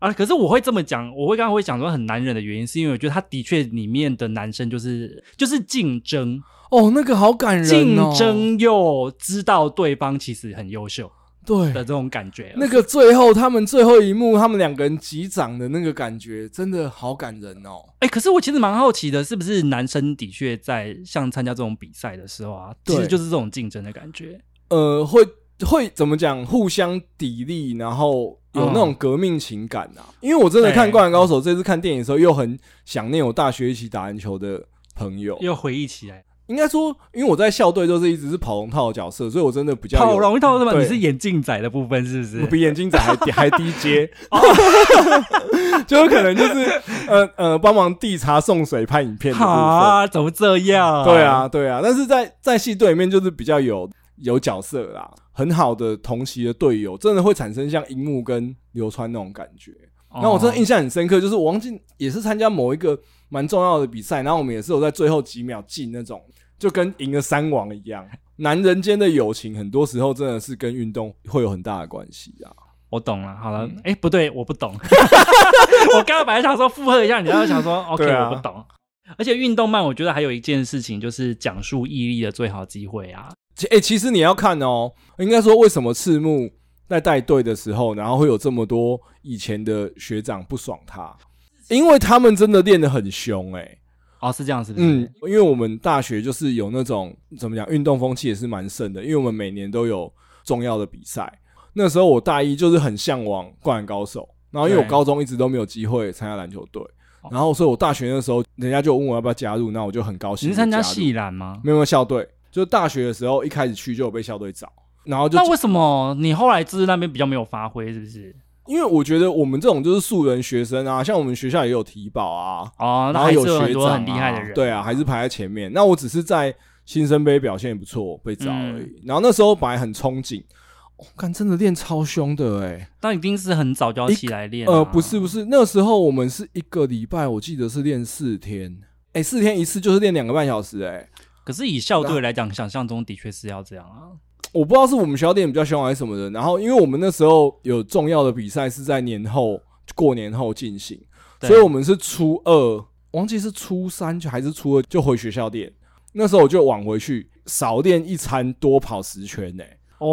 啊，可是我会这么讲，我会刚刚会讲说很难忍的原因，是因为我觉得他的确里面的男生就是就是竞争，
哦，那个好感人、
竞
哦，
争又知道对方其实很优秀
对
的，这种感觉。
那个最后他们最后一幕，他们两个人击掌的那个感觉，真的好感人哦。
哎、可是我其实蛮好奇的，是不是男生的确在像参加这种比赛的时候啊，其实
对
就是这种竞争的感觉。
呃，会会怎么讲？互相砥砺，然后有那种革命情感啊。因为我真的看《
嗯对
灌篮高手》这次看电影的时候，又很想念我大学一起打篮球的朋友。
又回忆起来，
应该说，因为我在校队就是一直是跑龙套的角色，所以我真的比较有
跑龙套是吧？
对
你是眼镜仔的部分是不是？
比眼镜仔还低还低阶，
哦
就有可能就是呃呃帮忙递茶送水拍影片的部分。
啊，怎么这样？哦
对，啊，对啊，但是在在戏队里面就是比较有有角色啦，很好的同席的队友，真的会产生像樱木跟流川那种感觉。
哦
那我真的印象很深刻，就是我忘记也是参加某一个蛮重要的比赛，然后我们也是有在最后几秒进那种，就跟赢了三王一样。男人间的友情，很多时候真的是跟运动会有很大的关系啊。
我懂了，好了，
嗯
哎、不对，我不 懂。 我刚刚本来想说附和一下你，然后想 说 OK，、
对啊
我不懂。而且运动漫，我觉得还有一件事情就是讲述毅力的最好机会啊。
其诶、其实你要看哦，应该说为什么赤木在带队的时候，然后会有这么多以前的学长不爽他，因为他们真的练得很凶诶、
哦，是这样，是不是？
嗯，因为我们大学就是有那种怎么讲，运动风气也是蛮盛的，因为我们每年都有重要的比赛。那时候我大一就是很向往《灌篮高手》，然后因为我
对
高中一直都没有机会参加篮球队
哦，
然后所以我大学那时候人家就问我要不要加入，那我就很高兴
你
地
是
加入。
参加系篮吗？
没有没有校队，就是大学的时候一开始去就有被校队找，然后就
那为什么你后来就是那边比较没有发挥，是不是？
因为我觉得我们这种就是素人学生啊，像我们学校也有体保啊，
哦，那
然后
还是
学长、啊、
很多很厉害的人。
对啊，还是排在前面。那我只是在新生杯表现也不错，被找而已。
嗯
然后那时候本来很憧憬，我、看真的练超凶的哎、
那一定是很早就要起来练、啊。
呃，不是不是，那时候我们是一个礼拜，我记得是练四天，哎、四天一次就是练两个半小时哎、
可是以校队来讲，想象中的确是要这样啊。
我不知道是我们学校店比较凶还是什么的。然后，因为我们那时候有重要的比赛是在年后过年后进行，
对
所以我们是初二，忘记是初三就还是初二就回学校练。那时候我就往回去少练一餐，多跑十圈呢、
哇、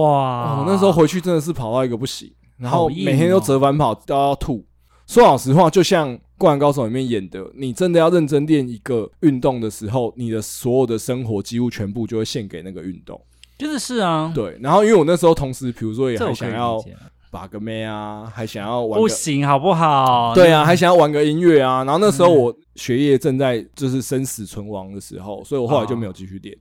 哦，那时候回去真的是跑到一个不行，然后
好硬哦
每天都折返跑都要吐。说老实话，就像《灌篮高手》里面演的，你真的要认真练一个运动的时候，你的所有的生活几乎全部就会献给那个运动。
就是是啊，
对，然后因为我那时候同时，比如说也
这
还
我可以
想
理
要
解。哦
把个妹啊，还想要玩
不
个，
行，好不好？
对啊，还想要玩个音乐啊。然后那时候
嗯
我学业正在就是生死存亡的时候，所以我后来就没有继续练，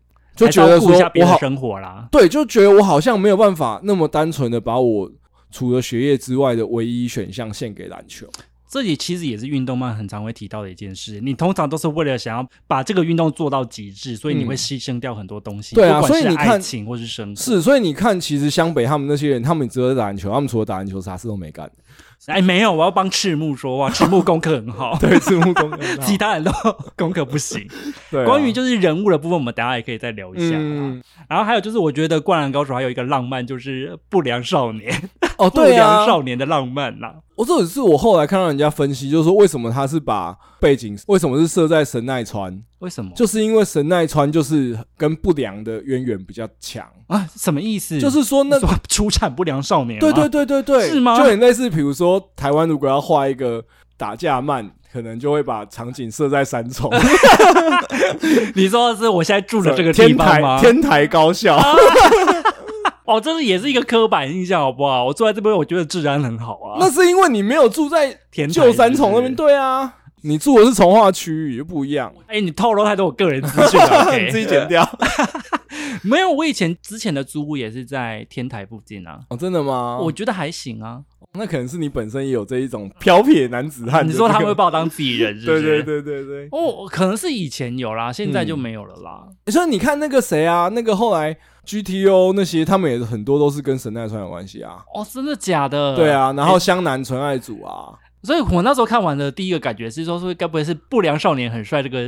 哦
就
还是
觉
要
得
顾
说
一下别
我
的
好，
生活啦。
对，就觉得我好像没有办法那么单纯的把我除了学业之外的唯一选项献给篮球。
这里其实也是运动漫很常会提到的一件事。你通常都是为了想要把这个运动做到极致，所以你会牺牲掉很多东西，
嗯对啊
不管是
所以你看
爱情或是生活。
是，所以你看，其实湘北他们那些人，他们只有在打篮球，他们除了打篮球啥事都没干。
哎，没有，我要帮赤木说 话，赤木功课很好，
对，字幕功
其他人都功课不行。
对啊，
关于就是人物的部分，我们等一下也可以再聊一下。
嗯，
然后还有就是，我觉得《灌篮高手》还有一个浪漫，就是不良少年，
哦，
不
对啊
良，少年的浪漫啦。
我这也是我后来看到人家分析，就是说为什么他是把背景为什么是设在神奈川，
为什么？
就是因为神奈川就是跟不良的渊源比较强，
啊，什么意思？
就是说那
说出产不良少年吗，
对对对对对，
是吗
就很类似，比如说台湾如果要画一个打架漫，可能就会把场景设在三重，
你说的是我 现在住的这个地
天
方吗 啊
台？天台高校，
哦，这是也是一个刻板印象，好不好？我住在这边，我觉得治安很好啊。
那是因为你没有住在
田
旧三重那边，
对。
对啊，你住的是从化区域就不一样，
哎、你透露太多我个人资讯 了
你自己剪。 掉。
OK 没有，我以前之前的租屋也是在天台附近啊，
哦，真的吗？
我觉得还行啊。
那可能是你本身也有这一种 飘撇男子汉的
你
这个。
说他们会把我当自己人，是不
对
是？
对对对对。
哦，可能是以前有啦，现在就没有了啦。
所以你看那个谁啊，那个后来 GTO 那些，他们也很多都是跟神奈川有关系啊。
哦，真的假的？
对，啊，然后湘南纯爱组啊，
所以我那时候看完的第一个感觉是说，是该不会是不良少年很帅这个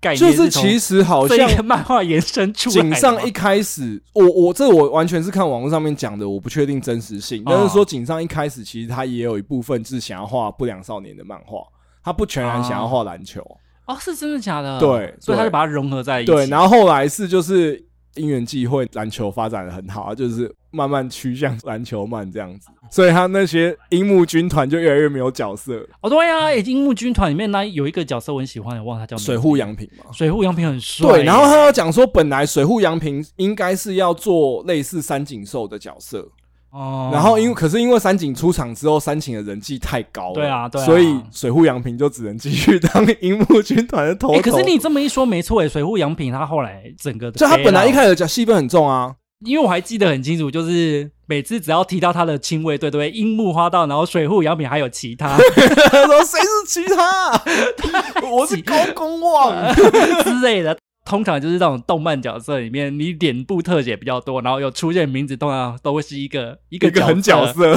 概念？
就是其实好像
这个 漫画延伸出来的
井
吗。
上一开始，我我这我完全是看网络上面讲的，我不确定真实
嗯
性。但是说井上一开始其实他也有一部分是想要画不良少年的漫画，他不全
啊
然想要画篮球。
哦，是真的假的？
对
所以他
对
就把它融合在一起。
对，然后后来是就是因缘际会，篮球发展的很好，就是慢慢趋向篮球漫 这样子，所以他那些樱木军团就越来越没有角色，
哦，对呀、啊，欸樱木军团里面那有一个角色我很喜欢，我忘了他叫什么
水户洋平嘛。
水户洋平很帅耶。
对，然后他要讲说，本来水户洋平应该是要做类似三井寿的角色，
哦，
然后因为可是因为三井出场之后，三井的人气太高了，
对啊对啊
所以水户洋平就只能继续当樱木军团的头头。
哎、可是你这么一说没错哎，水户洋平他后来整个的
就他本来一
始，
开始讲戏份很重啊，
因为我还记得很清楚，就是每次只要提到他的亲卫队，对不对？樱木花道，然后水户洋平还有其他
他说谁是其他啊？我是高公望。
之类的。通常就是这种动漫角色里面，你脸部特写比较多，然后有出现名字，通常都会是一个一个
一个狠角
角色，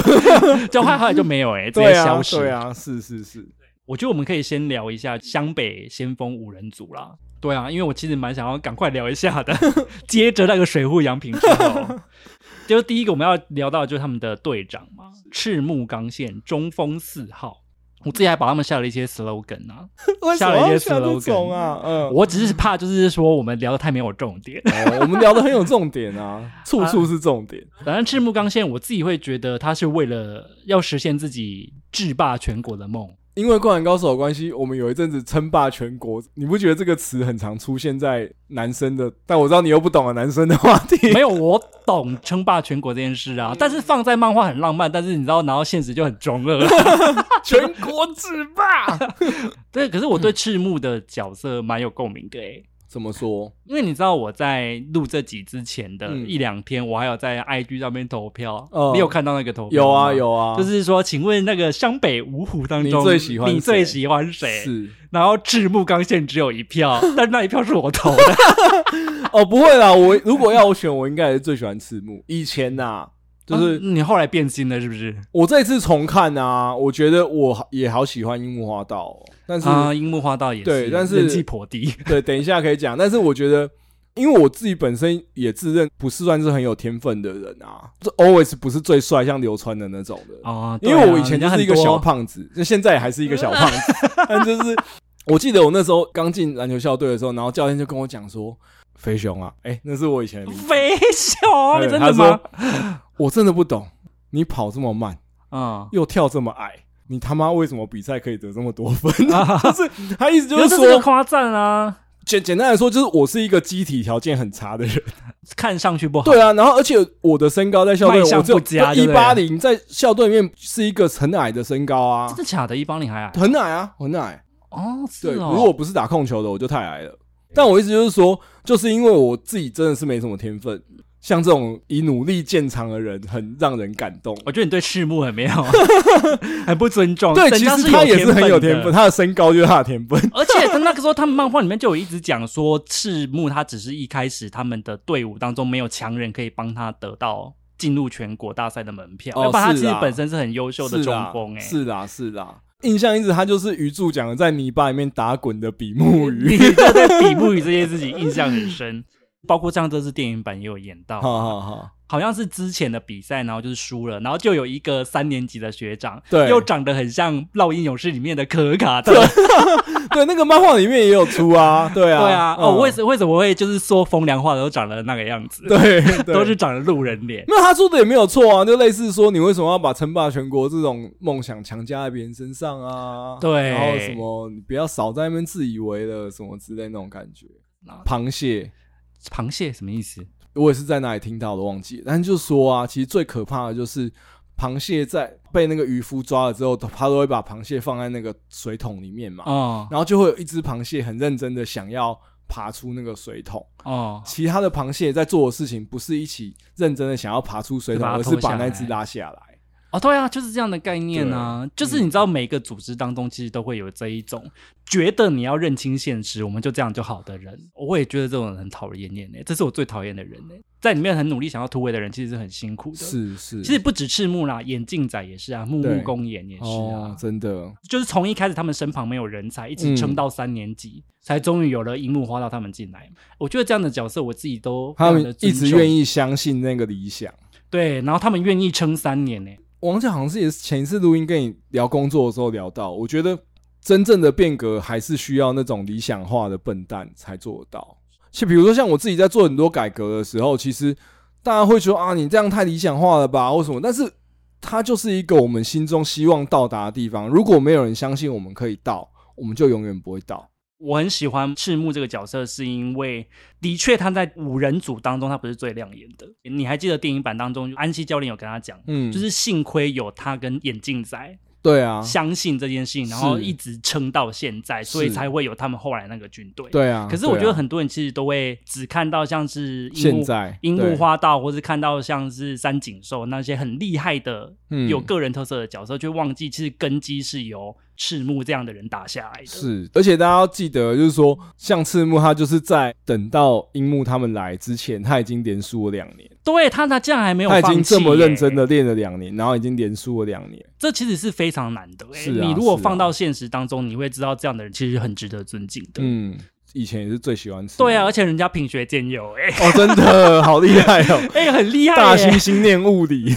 色，
就后来就没有哎、直接
对啊
消，失。
对啊，是是是，
我觉得我们可以先聊一下湘北先锋五人组啦。对啊，因为我其实蛮想要赶快聊一下的。 接着那个水户洋平之后， 就是第一个我们要聊到的就是他们的队长嘛，赤木刚宪中锋四号。我自己还把他们下了一些 slogan 啊，
为什
下
么
了一
要
些
下这
slogan
种啊？嗯，
我只是怕就是说我们聊的太没有重点。
哦我们聊的很有重点 啊，处处是重点。
反正赤木刚宪，我自己会觉得他是为了要实现自己制霸全国的梦，
因为《灌篮高手》的关系，我们有一阵子称霸全国，你不觉得这个词很常出现在男生的？但我知道你又不懂啊，男生的话题。
没有，我懂称霸全国这件事
嗯
啊，但是放在漫画很浪漫，但是你知道，然后现实就很中 二。
全国制霸，
对，可是我对赤木的角色蛮有共鸣的诶，
怎么说？
因为你知道我在录这集之前的
嗯
一两天，我还有在 IG 上面投票，
哦
你有看到那个投票
有啊
吗。
有啊，
就是说，请问那个湘北五虎当中，
你最喜欢
你
谁
最喜欢谁？
是
然后赤木刚宪只有一 票，但那一票是我投的。
哦，不会啦，我如果要我选，我应该还是最喜欢赤木。以前呐、就是
啊你后来变心了，是不是？
我这次重看啊，我觉得我好也好喜欢樱木花道、哦，但是、
啊，樱木花道也是，
对但是
人气颇低。
对，等一下可以讲。但是我觉得，因为我自己本身也自认不是算是很有天分的人啊，这 always 不是最帅像流川的那种的。
哦，啊对
因
啊
为我以前就
人家
是一个
很多
小胖子，就现在还是一个小胖 子，但就是我记得我那时候刚进篮球校队的时候，然后教练就跟我讲说：“肥熊啊，哎、那是我以前的名字。
肥小啊，
对
你真
他
的
说
吗？
我真的不懂，你跑这么慢，
嗯，
又跳这么矮，你他妈为什么比赛可以得这么多分？” 就是他意思就
可
是
这是个
说，
夸赞啊，
简简单来说，就是我是一个机体条件很差的人。
看上去不好。
对啊，然后而且我的身高在校队，
卖相
我只有
不佳
一
对不
八
对
零，在校队里面是一个很矮的身高啊
真，的假的？一帮你还矮
很矮啊，很矮。
哦？是
对，
哦。
如果不是打控球的，我就太矮了。但我意思就是说，就是因为我自己真的是没什么天分，像这种以努力见长的人，很让人感动。
我觉得你对赤木很没有， 很不尊重。
对，
人
其
家
实他也是很有
有
天分，
的。
他的身高就是他的天分。
而且他那个时候，他们漫画里面就有一直讲说，赤木他只是一开始他们的队伍当中没有强人可以帮他得到进入全国大赛的门票，
哦
要不然他
是
其
啊
实本身是很优秀的
是啊
中
啦
锋哎、
是啦，是啦。印象一直他就是鱼柱讲的在泥巴里面打滚的比目
你
鱼，
就对比目鱼这件事情印象很 深，包括像这次电影版也有演到，
好好好，
好像是之前的比赛，然后就是输了，然后就有一个三年级的学长，
对啊
又长得很像《烙印勇士》里面的可卡特，
对，那个漫画里面也有出啊，对啊，
对啊，哦，
嗯
为什为什么会就是说风凉话的都长得那个样子，
对， 对
都是长得路人脸，
那他说的也没有错啊，就类似说你为什么要把称霸全国这种梦想强加在别人身上啊？
对
然后什么你不要少在那边自以为了什么之类那种感觉。螃蟹，
螃蟹什么意思？
我也是在哪里听到的，忘记了。但是就说啊，其实最可怕的就是螃蟹在被那个渔夫抓了之后，他都会把螃蟹放在那个水桶里面嘛，
哦
然后就会有一只螃蟹很认真的想要爬出那个水桶。
哦，
其他的螃蟹在做的事情不是一起认真的想要爬出水桶，
是把它
而是
拖
把
下
那
来
只拉下来。
哦，对啊，就是这样的概念啊，
嗯
就是你知道每个组织当中其实都会有这一种、觉得你要认清现实，我们就这样就好的人，我也觉得这种人很讨人厌呢、欸这是我最讨厌的人呢、在里面很努力想要突围的人，其实是很辛苦的。，
是是，
其实不止赤木啦，眼镜仔也是啊，木
对
木公演也是啊
哦，，嗯真的，
就是从一开始他们身旁没有人才，一直撑到三年级，才终于有了樱木花道他们进来。我觉得这样的角色我自己都
他们一直愿
意
意相信那个理想。
对，然后他们愿意撑三年欸呢、
王姐好像是也是前一次录音跟你聊工作的时候聊到，我觉得真正的变革还是需要那种理想化的笨蛋才做得到。其实比如说像我自己在做很多改革的时候，其实大家会说啊，你这样太理想化了吧，或什么，但是它就是一个我们心中希望到达的地方。如果没有人相信我们可以到，我们就永远不会到。
我很喜欢赤木这个角色，是因为的确他在五人组当中他不是最亮眼的。你还记得电影版当中安西教练有跟他讲，
嗯，
就是幸亏有他跟眼镜仔
对啊，
相信这件事情，然后一直撑到现在，所以
是
才会有他们后来那个军队。
对啊。
可是我觉
对
得
啊
很多人其实都会只看到像是樱
现
木
在
樱木
对
花道，或是看到像是三井寿那些很厉害的、
嗯
有个人特色的角色，就忘记其实根基是由赤木这样的人打下来的。
是，而且大家要记得，就是说，像赤木他就是在等到樱木他们来之前，他已经连输了两年，
对他，他竟然还没有
他
放
已
弃、
经这么认真，的练了两年，然后已经连输了两年。
这其实是非常难得、欸。
是啊
你如果
是啊
放到现实当中，你会知道这样的人其实很值得尊敬的。
嗯，以前也是最喜欢吃。
对啊，，而且人家品学兼优、欸，哎、
哦，真的 好厉害哦，
哎、很厉害、
大
欸
猩。猩念物理。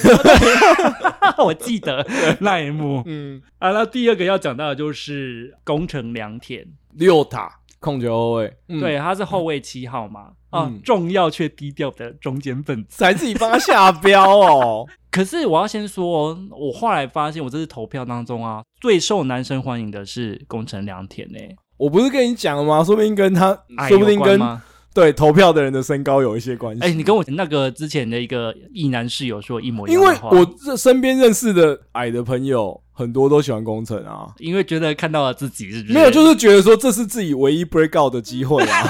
我记得那一幕
嗯，
啊。那第二个要讲到的就是宫城良田，
六塔控球后卫，嗯，
对，啊他是后卫七号嘛，啊，
嗯
重要却低调的中间分子。
才自己帮他下标哦。
可是我要先说哦，我后来发现，我这次投票当中啊，最受男生欢迎的是宫城良田呢、欸，
我不是跟你讲了吗？说不定跟他
矮，
说
啊有
不定
关
跟
吗？
对投票的人的身高有一些关系。
哎、你跟我那个之前的一个异男室友说一模一
因
样
为
的话，
我这身边认识的矮的朋友很多都喜欢工程啊，
因为觉得看到了自己是不是
没有就是觉得说这是自己唯一 break out 的机会 啊。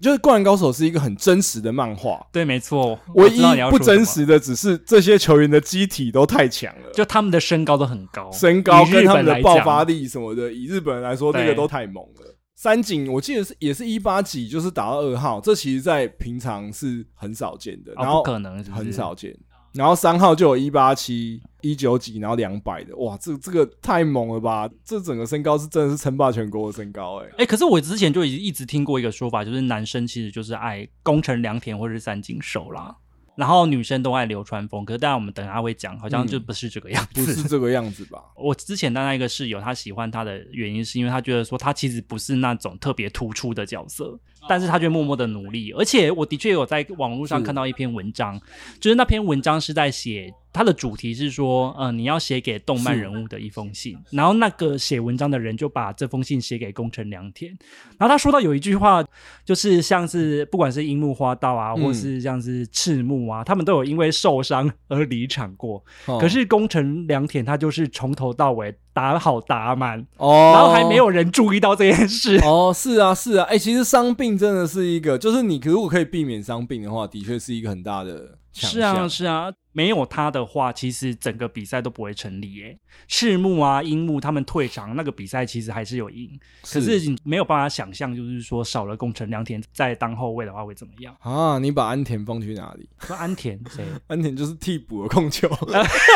就是《灌篮高手》是一个很真实的漫画，
对，没错，
唯
我
一
知道你要
不
说什
真
么，
实的只是这些球员的机体都太强了，
就他们的身高都很高，
身高
以
跟
日
他
本
们的
来
爆
讲
发力什么的，以日本人来说，这个
对
都太猛了。三井我记得是也是一八几，就是打到二号，这其实在平常是很少见的。
哦
然
不
后
可能是不是
很少见。然后三号就有一八七、一九几，然后两百的，哇，这这个太猛了吧！这整个身高是真的是称霸全国的身高、欸， 哎，
哎、可是我之前就已经一直听过一个说法，就是男生其实就是爱宫城良田或者是三井寿啦，然后女生都爱流川枫。可是当然我们等一下会讲，好像就不是这个样
嗯不
子。
是这个样子 吧？
我之前的那一个室友，他喜欢他的原因是因为他觉得说他其实不是那种特别突出的角色，但是他却默默的努力。而且我的确有在网络上
哦是
看到一篇文章，就是那篇文章是在写它的主题是说，呃，你要写给动漫
是
人物的一封信。然后那个写文章的人就把这封信写给宫城良田。然后他说到有一句话，就是像是不管是樱木花道啊，
嗯
或是像是赤木啊，他们都有因为受伤而离场过。
哦
可是宫城良田他就是从头到尾打好打满，
哦，
然后还没有人注意到这件事。
哦，是啊，是啊，哎、其实伤病真的是一个，就是你如果可以避免伤病的话，的确是一个很大的强
是啊，
项
是啊，没有他的话，其实整个比赛都不会成立。耶。赤木啊、樱木他们退场，那个比赛其实还是有赢，可是你没有办法想象，就是说少了宫城良田在当后卫的话会怎么样？
啊，你把安田放去哪里？
说安田谁？
安田就是替补的控球，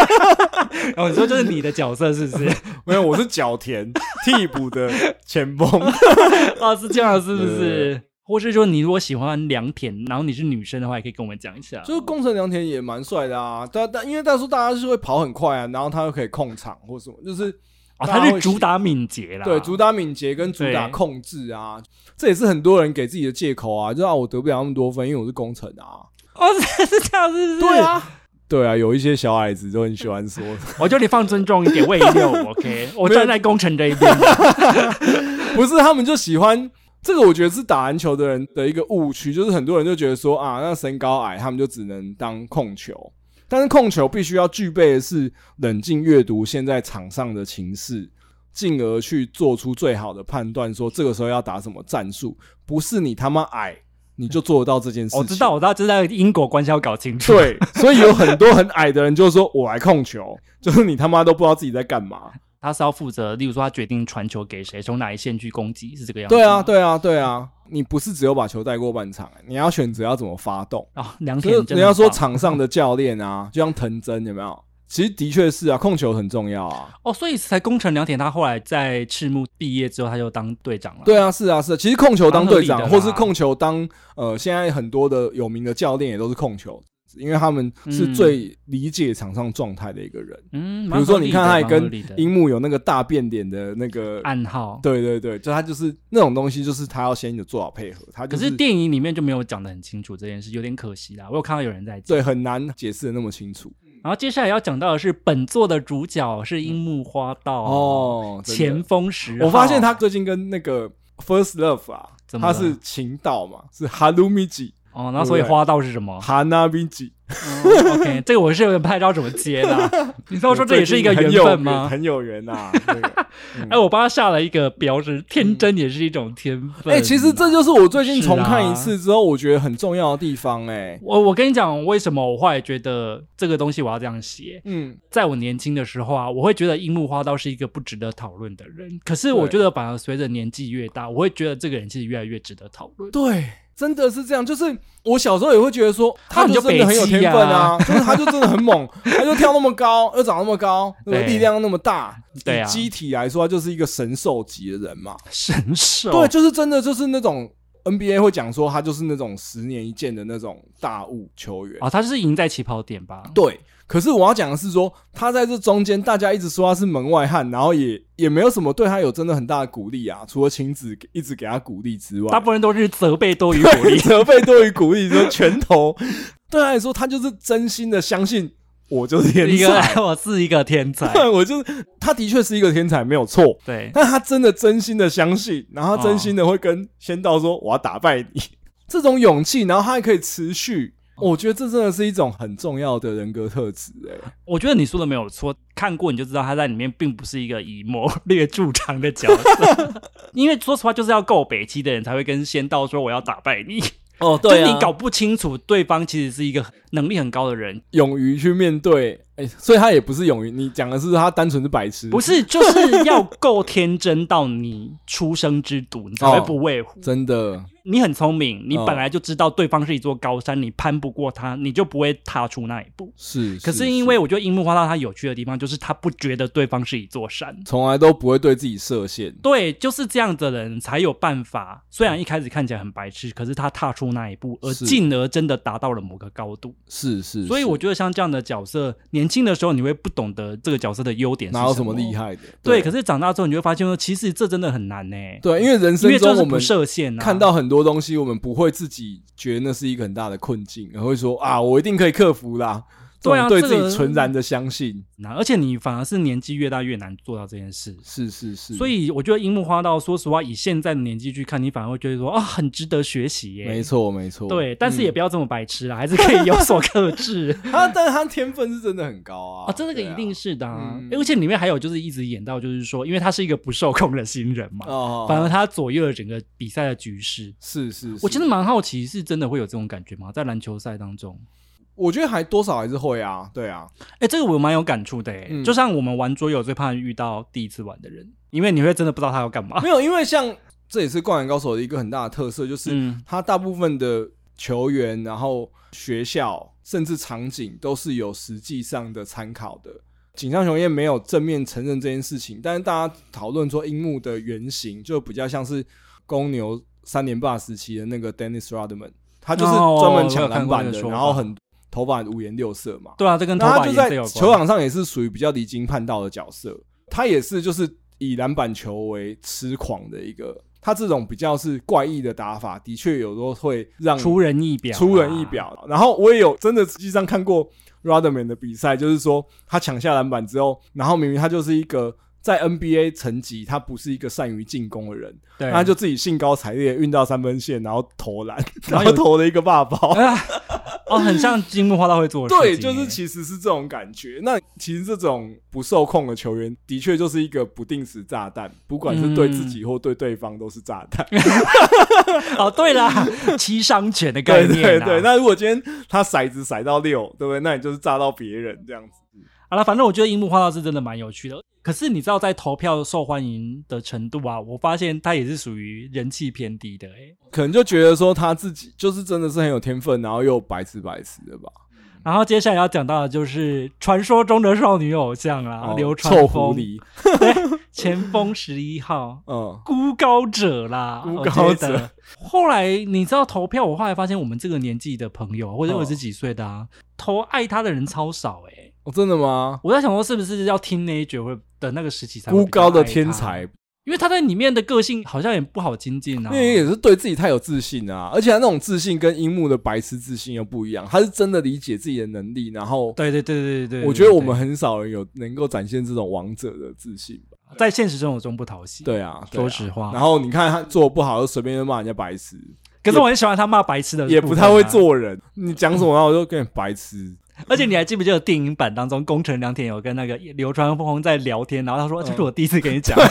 哦，你说这是你的角色是不 是？
没有，我是角田替补的前 锋。
哦，是这样是不
对对
是？或是说你如果喜欢良田，然后你是女生的话，也可以跟我们讲一下。
就是宫城良田也蛮帅的啊，但但因为那时候大家是会跑很快啊，然后他又可以控场或什么，就是
哦，
大家
他是
会
主
喜
打敏捷啦，
对主打敏捷跟主打
对
控制啊，这也是很多人给自己的借口啊，就啊我得不了那么多分，因为我是工程啊。
哦是是这样是不是？
对，啊，对啊，有一些小矮子都很喜欢说，
我觉得你放尊重一点，我也 六 OK，我
没有
站在工程这 一边。
不是他们就喜欢这个，我觉得是打篮球的人的一个误区，就是很多人就觉得说啊，那身高矮，他们就只能当控球。但是控球必须要具备的是冷静阅读现在场上的情势，进而去做出最好的判断，说这个时候要打什么战术，不是你他妈矮，你就做得到这件事情。
我哦知道，我知道，这是在因果关系要搞清楚。
对，所以有很多很矮的人就说：“我来控球。”就是你他妈都不知道自己在干嘛。
他是要负责，例如说他决定传球给谁，从哪一线去攻击，是这个样子。
对啊，。对啊，对啊！你不是只有把球带过半场、你要选择要怎么发动。
啊，良
就
田
是
真
人
的
家
很
说
棒
场上的教 练啊，就像藤真有没有？其实的确是啊，控球很重要啊。
哦，所以才功成良田。他后来在赤木毕业之后，他就当队长了。
对啊，是啊，是啊。其实控球当队长，
蛮合理的
或
啦
是控球当呃，现在很多的有名的教练也都是控球，因为他们是
嗯
最理解场上状态的一个人。
嗯，
比
蛮
如说，
合理
你看
的
他也
蛮合理的哎
跟樱木有那个大变脸的那个
暗号，
对对对，就他就是那种东西，就是他要先有做好配合，他就
可是电影里面就没有讲的很清楚这件事，有点可惜啦。我有看到有人在讲。
对很难解释的那么清楚
然后接下来要讲到的是本作的主角是樱木花道，
哦。真的
前锋十号。
我发现他最近跟那个 First Love 啊，
怎么
他
了
是情道嘛，是 Harumiji
哦，那所以花道是什么
Hanabiji。
嗯？OK，这个 我是有点不太知道怎么接 的。你知道说这也是一个
最
缘
近很有
分吗？
很有缘啊。 这个
哎，我帮他下了一个标志，天真也是一种天分。
哎，其
啊
实这就是我最近
是
重看一
啊
次之后，我觉得很重要的地方。哎，
我我跟你讲，为什么我后来觉得这个东西我要这样写？
嗯，
在我年轻的时候啊，我会觉得樱木花道是一个不值得讨论的人。可是我觉得，反而随着年纪越大，我会觉得这个人其实越来越值得讨论。
对。真的是这样，就是我小时候也会觉得说，
他
他
很
就真的很有
就北
天
极
分啊，就是他就真的很猛， 他就跳那么高，又长那么高，那个
对
力量又那么大，
对
以
啊
机体来说，他就是一个神兽级的人嘛。
神兽，
对，就是真的就是那种 NBA 会讲说他就是那种十年一见的那种大物球员。
啊、他是赢在起跑点吧？
对，可是我要讲的是说，他在这中间，大家一直说他是门外汉，然后也也没有什么对他有真的很大的鼓励啊，除了晴子一直给他鼓励之外，
大部分都是责备多于鼓励。
责备多于鼓励，就是拳头对他来说，他就是真心的相信我就是
一
天
个
才，，
我是一个天 才。
我就是他的确是一个天才，没有错，
对，
但他真的真心的相信，然后他真心的会跟仙道说：“我要打败你。” 哦这种勇气，然后他还可以持续，我觉得这真的是一种很重要的人格特质、哎，
我觉得你说的没有错，看过你就知道他在里面并不是一个以谋略著称的角 色，因为说实话，就是要够北七的人才会跟仙道说我要打败你。
哦，
就是你搞不清楚对方其实是一个能力很高的人，
勇于去面对，哎、所以他也不是勇于，你讲的是他单纯是白痴，
不是，就是要够天真到你出生之犊，你才会不畏乎。
真的，
你很聪明，你
哦
本来就知道对方是一座高山，你攀不过他，你就不会踏出那一步。
是。
可是因为我觉得樱木花道他有趣的地方，就是他不觉得对方是一座山。
从来都不会对自己设限，
对，就是这样的人才有办法。虽然一开始看起来很白痴，可是他踏出那一步，而
嗯是
进而真的达到了某个高度。
是是
所以我觉得像这样的角色，年轻的时候你会不懂得这个角色的优点是
哪有
什
什么厉。害的？
对，可是长大之后你就会发现说，其实这真的很难呢、
对，因为人
因
生
为就
中
是
我
不
们
设限啊。
看到很多东西，我们不会自己觉得那是一个很大的困境，然后会说啊，我一定可以克服啦。这种
对啊
对
这
自
个
己纯然的相信，
那而且你反而是年纪越大越难做到这件事。
是是是，
所以我觉得樱木花道，说实话，以现在的年纪去看，你反而会觉得说啊，很值得学习耶、
没错没错，嗯
对，但是也不要这么白痴啦，还是可以有所克 制
他，啊但是他天分是真的很高啊，
啊。这个
对
一定是的、啊
嗯
而且里面还有就是一直演到，就是说，因为他是一个不受控的新人嘛，
哦，
反而他左右了整个比赛的局势。
是是，
我其
得
实蛮好奇，是真的会有这种感觉吗？在篮球赛当中，
我觉得还多少还是会啊，对啊，
哎、这个我蛮有感触的、欸。
嗯
就像我们玩桌游，最怕遇到第一次玩的人，因为你会真的不知道他要干嘛
没。有，因为像这也是灌篮高手的一个很大的特色，就是
嗯，
他大部分的球员，然后学校甚至场景都是有实际上的参考的。井上雄彦没有正面承认这件事情，但是大家讨论说樱木的原型就比较像是公牛三连霸时期的那个 Dennis Rodman，他就是专门抢
哦我有看
篮板
过那
的
个，说法
然后很头发很五颜六色嘛。
对啊，这跟头
那
发
他就
颜色
在
有
球
关。
场上也是属于比较离经叛道的角色，他也是就是以篮板球为痴狂的一个。他这种比较是怪异的打法，的确有时候会让
出人意表、啊
出人意。表。然后我也有真的实际上看过 Rodman 的比赛，就是说他抢下篮板之后，然后明明他就是一个在 NBA 层级，他不是一个善于进攻的人，
对，
他就自己兴高采烈地运到三分线，然后投篮，
然后
然后
有
投了一个霸包。
哦，很像樱木花道会做的
对，
事情
就是其实是这种感觉。那其实这种不受控的球员，的确就是一个不定时炸弹，不管是对自己或对对方都是炸弹。
嗯 哦，对啦，七伤拳的概
对
念、啊。
对对。那如果今天他骰子骰到六，对不对？那你就是炸到别人这样子。
好了，反正我觉得樱木花道是真的蛮有趣的。可是你知道，在投票受欢迎的程度啊，我发现他也是属于人气偏低的、欸。
可能就觉得说他自己就是真的是很有天分，然后又白痴白痴的吧，
然后接下来要讲到的就是传说中的少女偶像啊，
哦
流川
臭狐
枫、
狸，
前锋十一号、
嗯，
孤高者啦，
孤
我
高
觉
者
得。后来你知道投票，我后来发现我们这个年纪的朋友，或者
哦
二十几岁的啊，投爱他的人超少哎、欸。
哦，真的吗？
我在想说，是不是要听那一绝会的那个时期才会
孤
比较
高的
爱他
天才，
因为他在里面的个性好像也不好精进啊。
那也是对自己太有自信啊，而且他那种自信跟樱木的白痴自信又不一样，他是真的理解自己的能力，然后
对对对对对对，
我觉得我们
对
很少人有能够展现这种王者的自信吧。
在现实生活中不讨喜。，
对啊，对啊
说实话
然后你看他做不好，就随便就骂人家白痴，
可是我很喜欢他骂白痴的，
也不太啊会。做人。你讲什么，然后我就跟你白 痴。
而且你还记不记得电影版当中，宫城良田有跟那个流川枫在聊天，然后他
嗯
说：“这是我第一次跟你 讲。
对，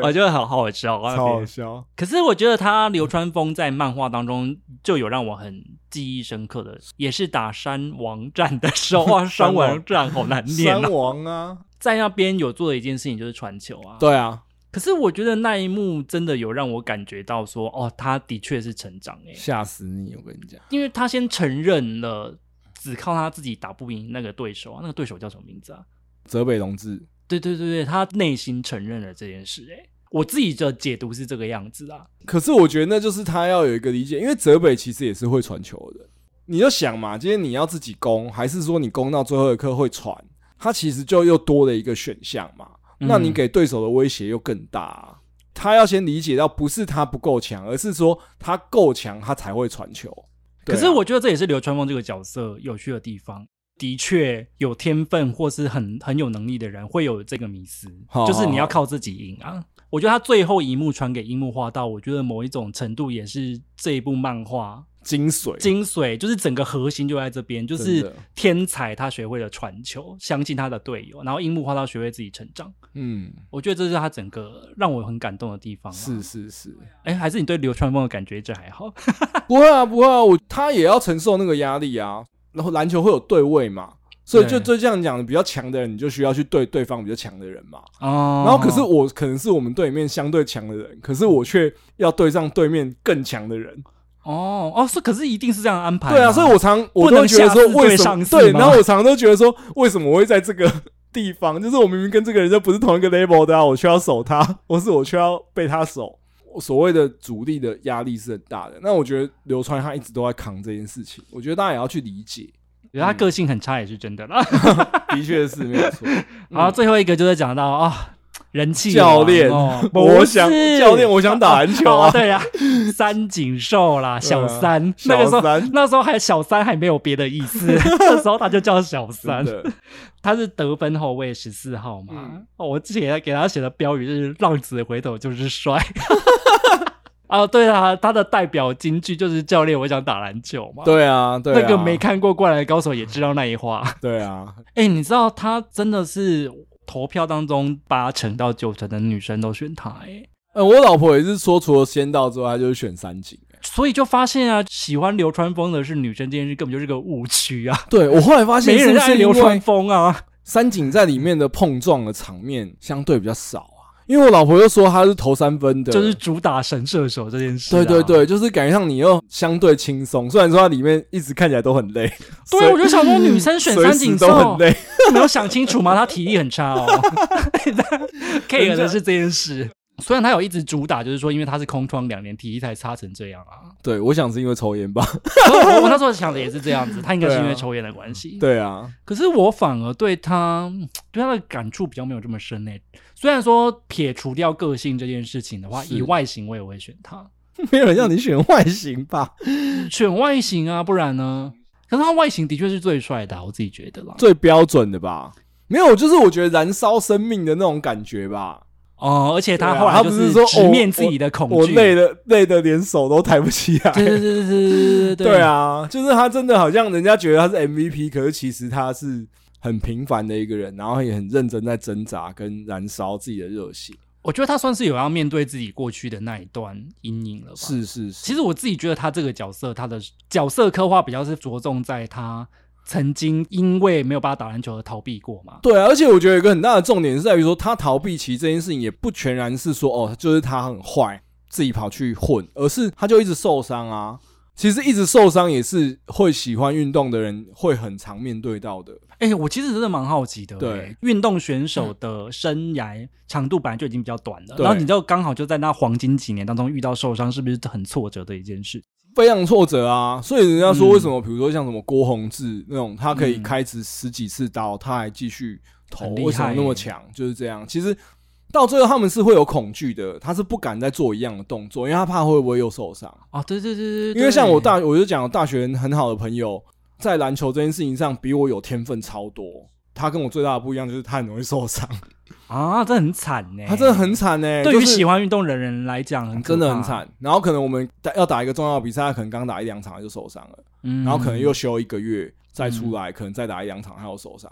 我觉得好好笑啊。
超哎好 笑。
可是我觉得他流川枫在漫画当中就有让我很记忆深刻的，也是打山王战的时候，哇，山王战好难念
三
啊！
王啊，
在那边有做的一件事情就是传球啊，
对啊，
可是我觉得那一幕真的有让我感觉到说，哦，他的确是成长诶、
吓死你！我跟你讲，
因为他先承认了，只靠他自己打不赢那个对手啊，那个对手叫什么名字啊？
泽北龙志，
对对对对，他内心承认了这件事诶、我自己的解读是这个样子啊，
可是我觉得那就是他要有一个理解，因为泽北其实也是会传球的人。你就想嘛，今天你要自己攻，还是说你攻到最后一刻会传？他其实就又多了一个选项嘛。
嗯
那你给对手的威胁又更大、啊。他要先理解到，不是他不够强，而是说他够强，他才会传球。对
可
啊
是我觉得这也是流川枫这个角色有趣的地方。的确有天分或是很很有能力的人会有这个迷思，
好
就是你要靠自己赢啊。我觉得他最后一幕传给樱木花道，我觉得某一种程度也是这一部漫画
精髓，
精髓，就是整个核心就在这边，就
真
是
的
天才他学会了传球，相信他的队友，然后樱木花道学会自己成长。
嗯，
我觉得这是他整个让我很感动的地方、啊。
是，是是，
哎，还是你对流川枫的感觉这还好？
不会啊，不会啊，我他也要承受那个压力啊。然后篮球会有对位嘛，所以就
对
就这样讲，比较强的人你就需要去对对方比较强的人嘛。
哦
然后可是我可能是我们队里面相对强的人，可是我却要对上对面更强的人。
哦哦，是，可是一定是这样安排吗。
对啊，所以我常我都觉得说
哎不能下次
为
对
什么
上司
对，
吗
然后我常都觉得说为什么我会在这个地方，就是我明明跟这个人就不是同一个 level 的啊，我却要守他， 或是我却要被他守。我所谓的主力的压力是很大的，那我觉得流川他一直都在扛这件事情，我觉得大家也要去 理解，
觉
嗯
得他个性很差也是真 的啦。
的确是没有错。
然后最后一个就是讲到啊、人气
嗯教练，
王哦
我想教练，我想打篮球
啊，
啊，嗯
对呀、三井寿啦，小三，那个时
小
候。
三，
那时候还小三还没有别的意 思，那时候他就叫小
真
三，
的，
他是得分后卫十四号嘛。
嗯
哦，我之前给他写的标语就是“浪子回头就是帅” 。啊，对啊，他的代表金句就是“教练，我想打篮球”嘛。
对啊，对啊，
那个没看过《灌篮高手》也知道那一话。
对啊，
哎、你知道他真的是投票当中八成到九成的女生都选他、欸，
呃，我老婆也是说，除了仙道之外，她就是选三井、欸
所以就发现啊，喜欢流川枫的是女生这件事根本就是个误区啊，
对我后来发
没
现，是
人
不
爱
是
流
因
川
为
枫啊。
三井在里面的碰撞的场面相对比较少啊？因为我老婆又说她是投三分的，
就是主打神射手这件事、啊，
对对，对，就是感觉上你又相对轻松，虽然说她里面一直看起来都很累，
对我就想说女生选
随
三
随时
井
都很
寿，
累。
没有想清楚吗？他体力很差 哦，care 的是这件事。虽然他有一直主打，就是说，因为他是空窗两年，体力才差成这样 啊。
对，我想是因为抽烟吧。
所以我我那时候想的也是这样子，他应该是因
对
为
啊
抽烟的关系。
对啊，
可是我反而对他对他的感触比较没有这么深呢、虽然说撇除掉个性这件事情的话，
是
以外形我也会选他，
没有人让你选外形吧？
选外形啊，不然呢？可是他外形的确是最帅的啊、我自己觉得啦。
最标准的吧？没有，就是我觉得燃烧生命的那种感觉吧。
哦，而且他
对啊
后来
他
就
不是说
直
哦
面自己的恐
我
惧，
累的累的连手都抬不起来。
对对对对对对对
对！啊，就是他真的好像人家觉得他是 MVP，可是其实他是很平凡的一个人，然后也很认真在挣扎跟燃烧自己的热血。
我觉得他算是有要面对自己过去的那一段阴影了吧。，
是是是，
其实我自己觉得他这个角色，他的角色刻画比较是着重在他曾经因为没有办法打篮球而逃避过嘛。
对啊，而且我觉得有一个很大的重点是在于说，他逃避其实这件事情也不全然是说哦，就是他很坏，自己跑去混，而是他就一直受伤啊。其实一直受伤也是会喜欢运动的人会很常面对到的。
哎、我其实真的蛮好奇的、欸
对，
运动选手的生涯长度本来就已经比较短了，
对
然后你就刚好就在那黄金几年当中遇到受伤，是不是很挫折的一件事？
非常挫折啊！所以人家说，
嗯
为什么比如说像什么郭宏志那种，他可以
嗯
开始十几次刀，他还继续投，
很厉害
为什么那么强？就是这样。其实到最后他们是会有恐惧的，他是不敢再做一样的动作，因为他怕会不会又受伤。
哦，对对对对对，
因为像我
对
大，我就讲我大学很好的朋友，在篮球这件事情上比我有天分超多。他跟我最大的不一样就是他很容易受伤，
啊，这很惨呢、
他真的很惨呢、
对于
就是
喜欢运动的人来讲，很可
真的
怕
很，惨。然后可能我们打要打一个重要的比赛，他可能刚打一两场就受伤了。
嗯
然后可能又休一个月再出来，可能再打一两场他又受伤，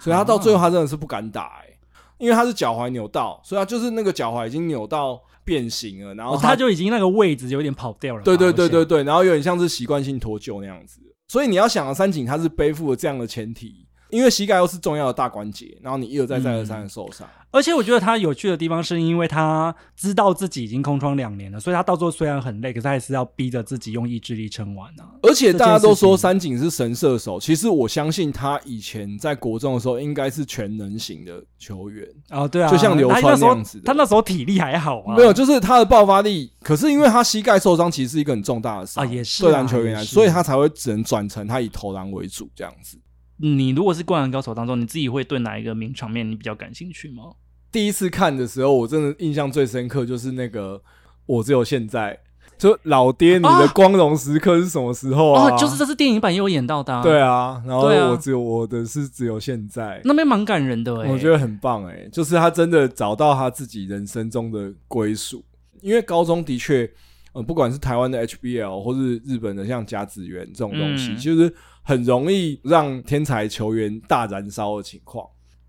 所
哦
以他到最后他真的是不敢打、欸，因为他是脚踝扭到，所以他就是那个脚踝已经扭到变形了，然后
哦他就已经那个位置有点跑掉了吧。
对对对对
好
对，然后有点像是习惯性脱臼那样子，所以你要想啊，三井他是背负了这样的前提。因为膝盖又是重要的大关节，然后你一而再再而
嗯
三的受伤，
像，而且我觉得他有趣的地方是因为他知道自己已经空窗两年了，所以他到最后虽然很累，可是他还是要逼着自己用意志力撑完啊。
而且大家都
这件
说
事情
三井是神射手，其实我相信他以前在国中的时候应该是全能型的球员，
哦，对啊，
就像流
他
川
那时
那样子
候
的
他那时候体力还好啊，
没有，就是他的爆发力。可是因为他膝盖受伤，其实是一个很重大的伤
啊也是啊
对篮球员来
也
说，
是
所以他才会只能转成他以投篮为主这样子。
你如果是《灌篮高手》当中，你自己会对哪一个名场面你比较感兴趣吗？
第一次看的时候，我真的印象最深刻就是那个我只有现在，就老爹你的
啊
光荣时刻是什么时候啊？
哦，就是这次电影版也有演到的、啊，
对，啊，然后
对啊
我只有我的是只有现在。
那边蛮感人的哎、
我觉
得
得很棒哎、就是他真的找到他自己人生中的归属。因为高中的确，呃，不管是台湾的 HBL 或是日本的像甲子园这种东西，
嗯
就是很容易让天才球员大燃烧的情况。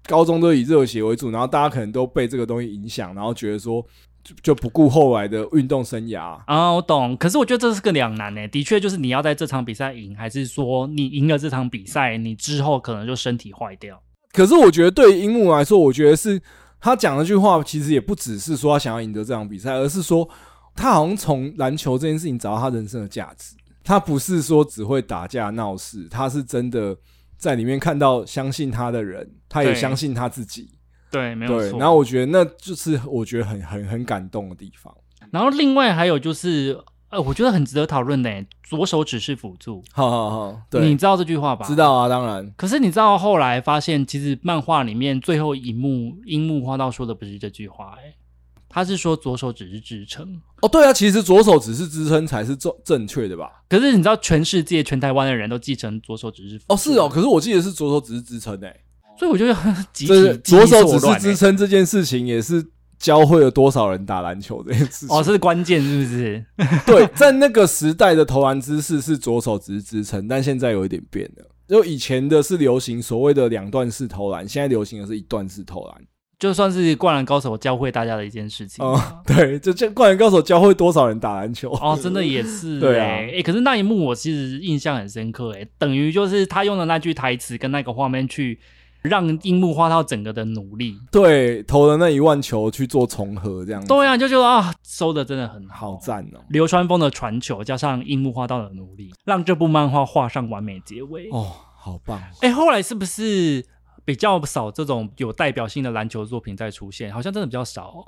高中都以热血为主，然后大家可能都被这个东西影响，然后觉得说就就不顾后来的运动生涯。
啊，我懂。可是我觉得这是个两难哎、的确就是你要在这场比赛赢，还是说你赢了这场比赛，你之后可能就身体坏掉？
可是我觉得对于樱木来说，我觉得是他讲那句话，其实也不只是说他想要赢得这场比赛，而是说他好像从篮球这件事情找到他人生的价值。他不是说只会打架闹事，他是真的在里面看到相信他的人，他也
对
相信他自己。
对，没有
对，
错。
然后我觉得那就是我觉得很很很感动的地方。
然后另外还有就是，呃，我觉得很值得讨论的、欸，左手只是辅助，
好好好，
你
对，
知道这句话吧？
知。道啊，当然
可是你知道后来发现，其实漫画里面最后一幕樱木花道说的不是这句话、欸，他是说左手只是支撑。
哦，对啊，其实左手只是支撑才是正正确的吧？
可是你知道，全世界全台湾的人都继承左手只是辅助
哦，是哦，，可是我记得是左手只是支撑诶、欸
所以我觉得集
这
体
是
记忆
左手只
错乱
是支
欸
撑这件事情，也是教会了多少人打篮球这件事情。
哦，这是关键是不是？
对，在那个时代的投篮姿势是左手只是支撑，但现在有一点变了。就以前的是流行所谓的两段式投篮，现在流行的是一段式投篮。
就算是《灌篮高手》教会大家的一件事情。
哦
哦，
对，就这灌篮高手教会多少人打篮球？
真的也是、欸，
对啊
哎、可是那一幕我其实印象很深刻、欸，哎，等于就是他用的那句台词跟那个画面去让樱木花道整个的努力，
对，投了那一万球去做重合，这样子
对啊，就觉得啊，收的真的很好。
好赞哦、
流川枫的传球加上樱木花道的努力，让这部漫画画上完美结尾。
哦，好棒！
哎、后来是不是比较少这种有代表性的篮球作品在出现？好像真的比较少、哦。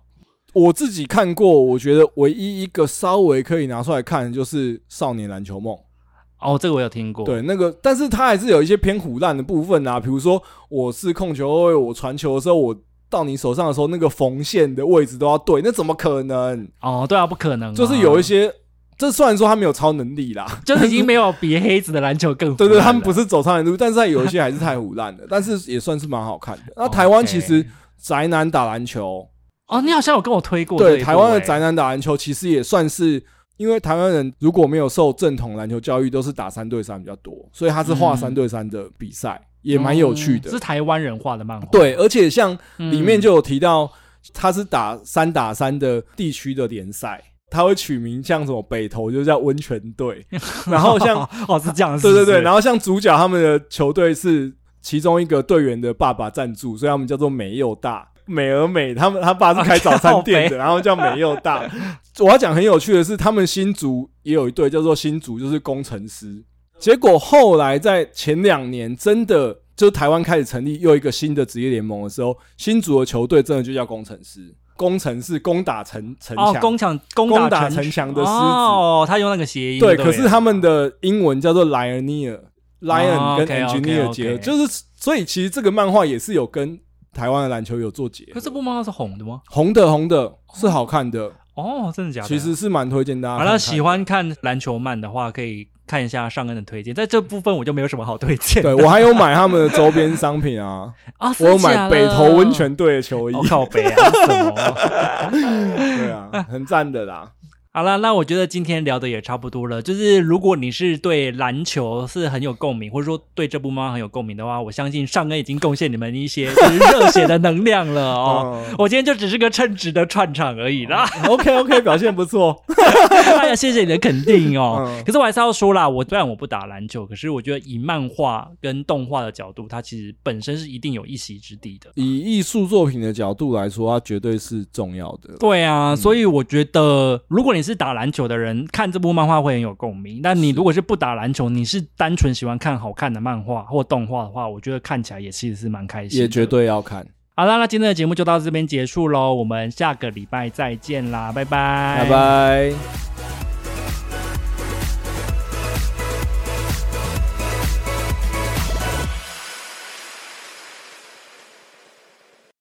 我自己看过，我觉得唯一一个稍微可以拿出来看的就是《少年篮球梦》。
哦，这个我有听过。
对，那个，但是他还是有一些偏虎烂的部分啊，比如说我是控球后卫，我传球的时候，我到你手上的时候，那个缝线的位置都要对，那怎么可能？
哦，对啊，不可能啊、
就是有一些，这虽然说他没有超能力啦，
就是已经没有比黑子的篮球 更
对对，他们不
是
是走超人路，但是他有一些还是太胡烂的，但是也算是蛮好看的。那台湾其实宅男打篮球，
哦，你好像有跟我推过这一
对
部
台湾的
欸
宅男打篮球，其实也算是，因为台湾人如果没有受正统篮球教育，都是打三对三比较多，所以他是画
嗯
三对三的比赛，也蛮有趣
嗯
的
是。台湾人画的漫画，
对，而且像
嗯，
里 面就有提到，他是打三打三的地区的联赛。他会取名像什么北投就叫温泉队，然后像
哦是这样，
对对对，然
后
后像主角他们的球队是其中一个队员的爸爸赞助，所以他们叫做美佑大。美而美，他们他爸是开早餐店
靠
的，然后叫美佑大。 我要讲很有趣的是，他们新竹也有一队叫做新竹，就是工程师。结果后来在前两年，真的就是台湾开始成立又一个新的职业联盟的时候，新竹的球队真的就叫工程师。工程是攻打城城
哦
墙，
工厂攻
攻
打
打
城
城墙的狮子
哦，他用那个谐音，
对，
对，
可是他们的英文叫做
啊
Lioneer。
哦
Lion 跟
，OK，OK，OK
engineer 结合，就是所以其实这个漫画也是有跟台湾的篮球有做结合
可是这部漫画是红的吗？
红的红的是好看的，
哦，真的假的？
其实是蛮推荐大家
好
看看的。
了，喜欢看篮球漫的话，可以看一下上恩的推荐，在这部分我就没有什么好推荐
对我还有买他们的周边商 品啊，
啊。
我有买北投温，泉队的球衣
我、，靠北啊！什么？
对啊，很赞的啦。
好了，那我觉得今天聊的也差不多了。就是如果你是对篮球是很有共鸣，或者说对这部漫画很有共鸣的话，我相信上恩已经贡献你们一些就是热血的能量了 哦。
哦
我今天就只是个称职的串场而已啦。
，OK OK，表现不错，
哎呀，谢谢你的肯定哦。
嗯
可是我还是要说啦，我虽然我不打篮球，可是我觉得以漫画跟动画的角度，它其实本身是一定有一席之地的。
以艺术作品的角度来说，它绝对是重要的。
对
嗯
啊，所以我觉得，如果你是打篮球的人，看这部漫画会很有共鸣。但你如果是不打篮球，你是单纯喜欢看好看的漫画或动画的话，我觉得看起来也其实是蛮开心的。
也绝对要看，
好啦，那今天的节目就到这边结束喽，我们下个礼拜再见啦，拜拜，
拜。拜。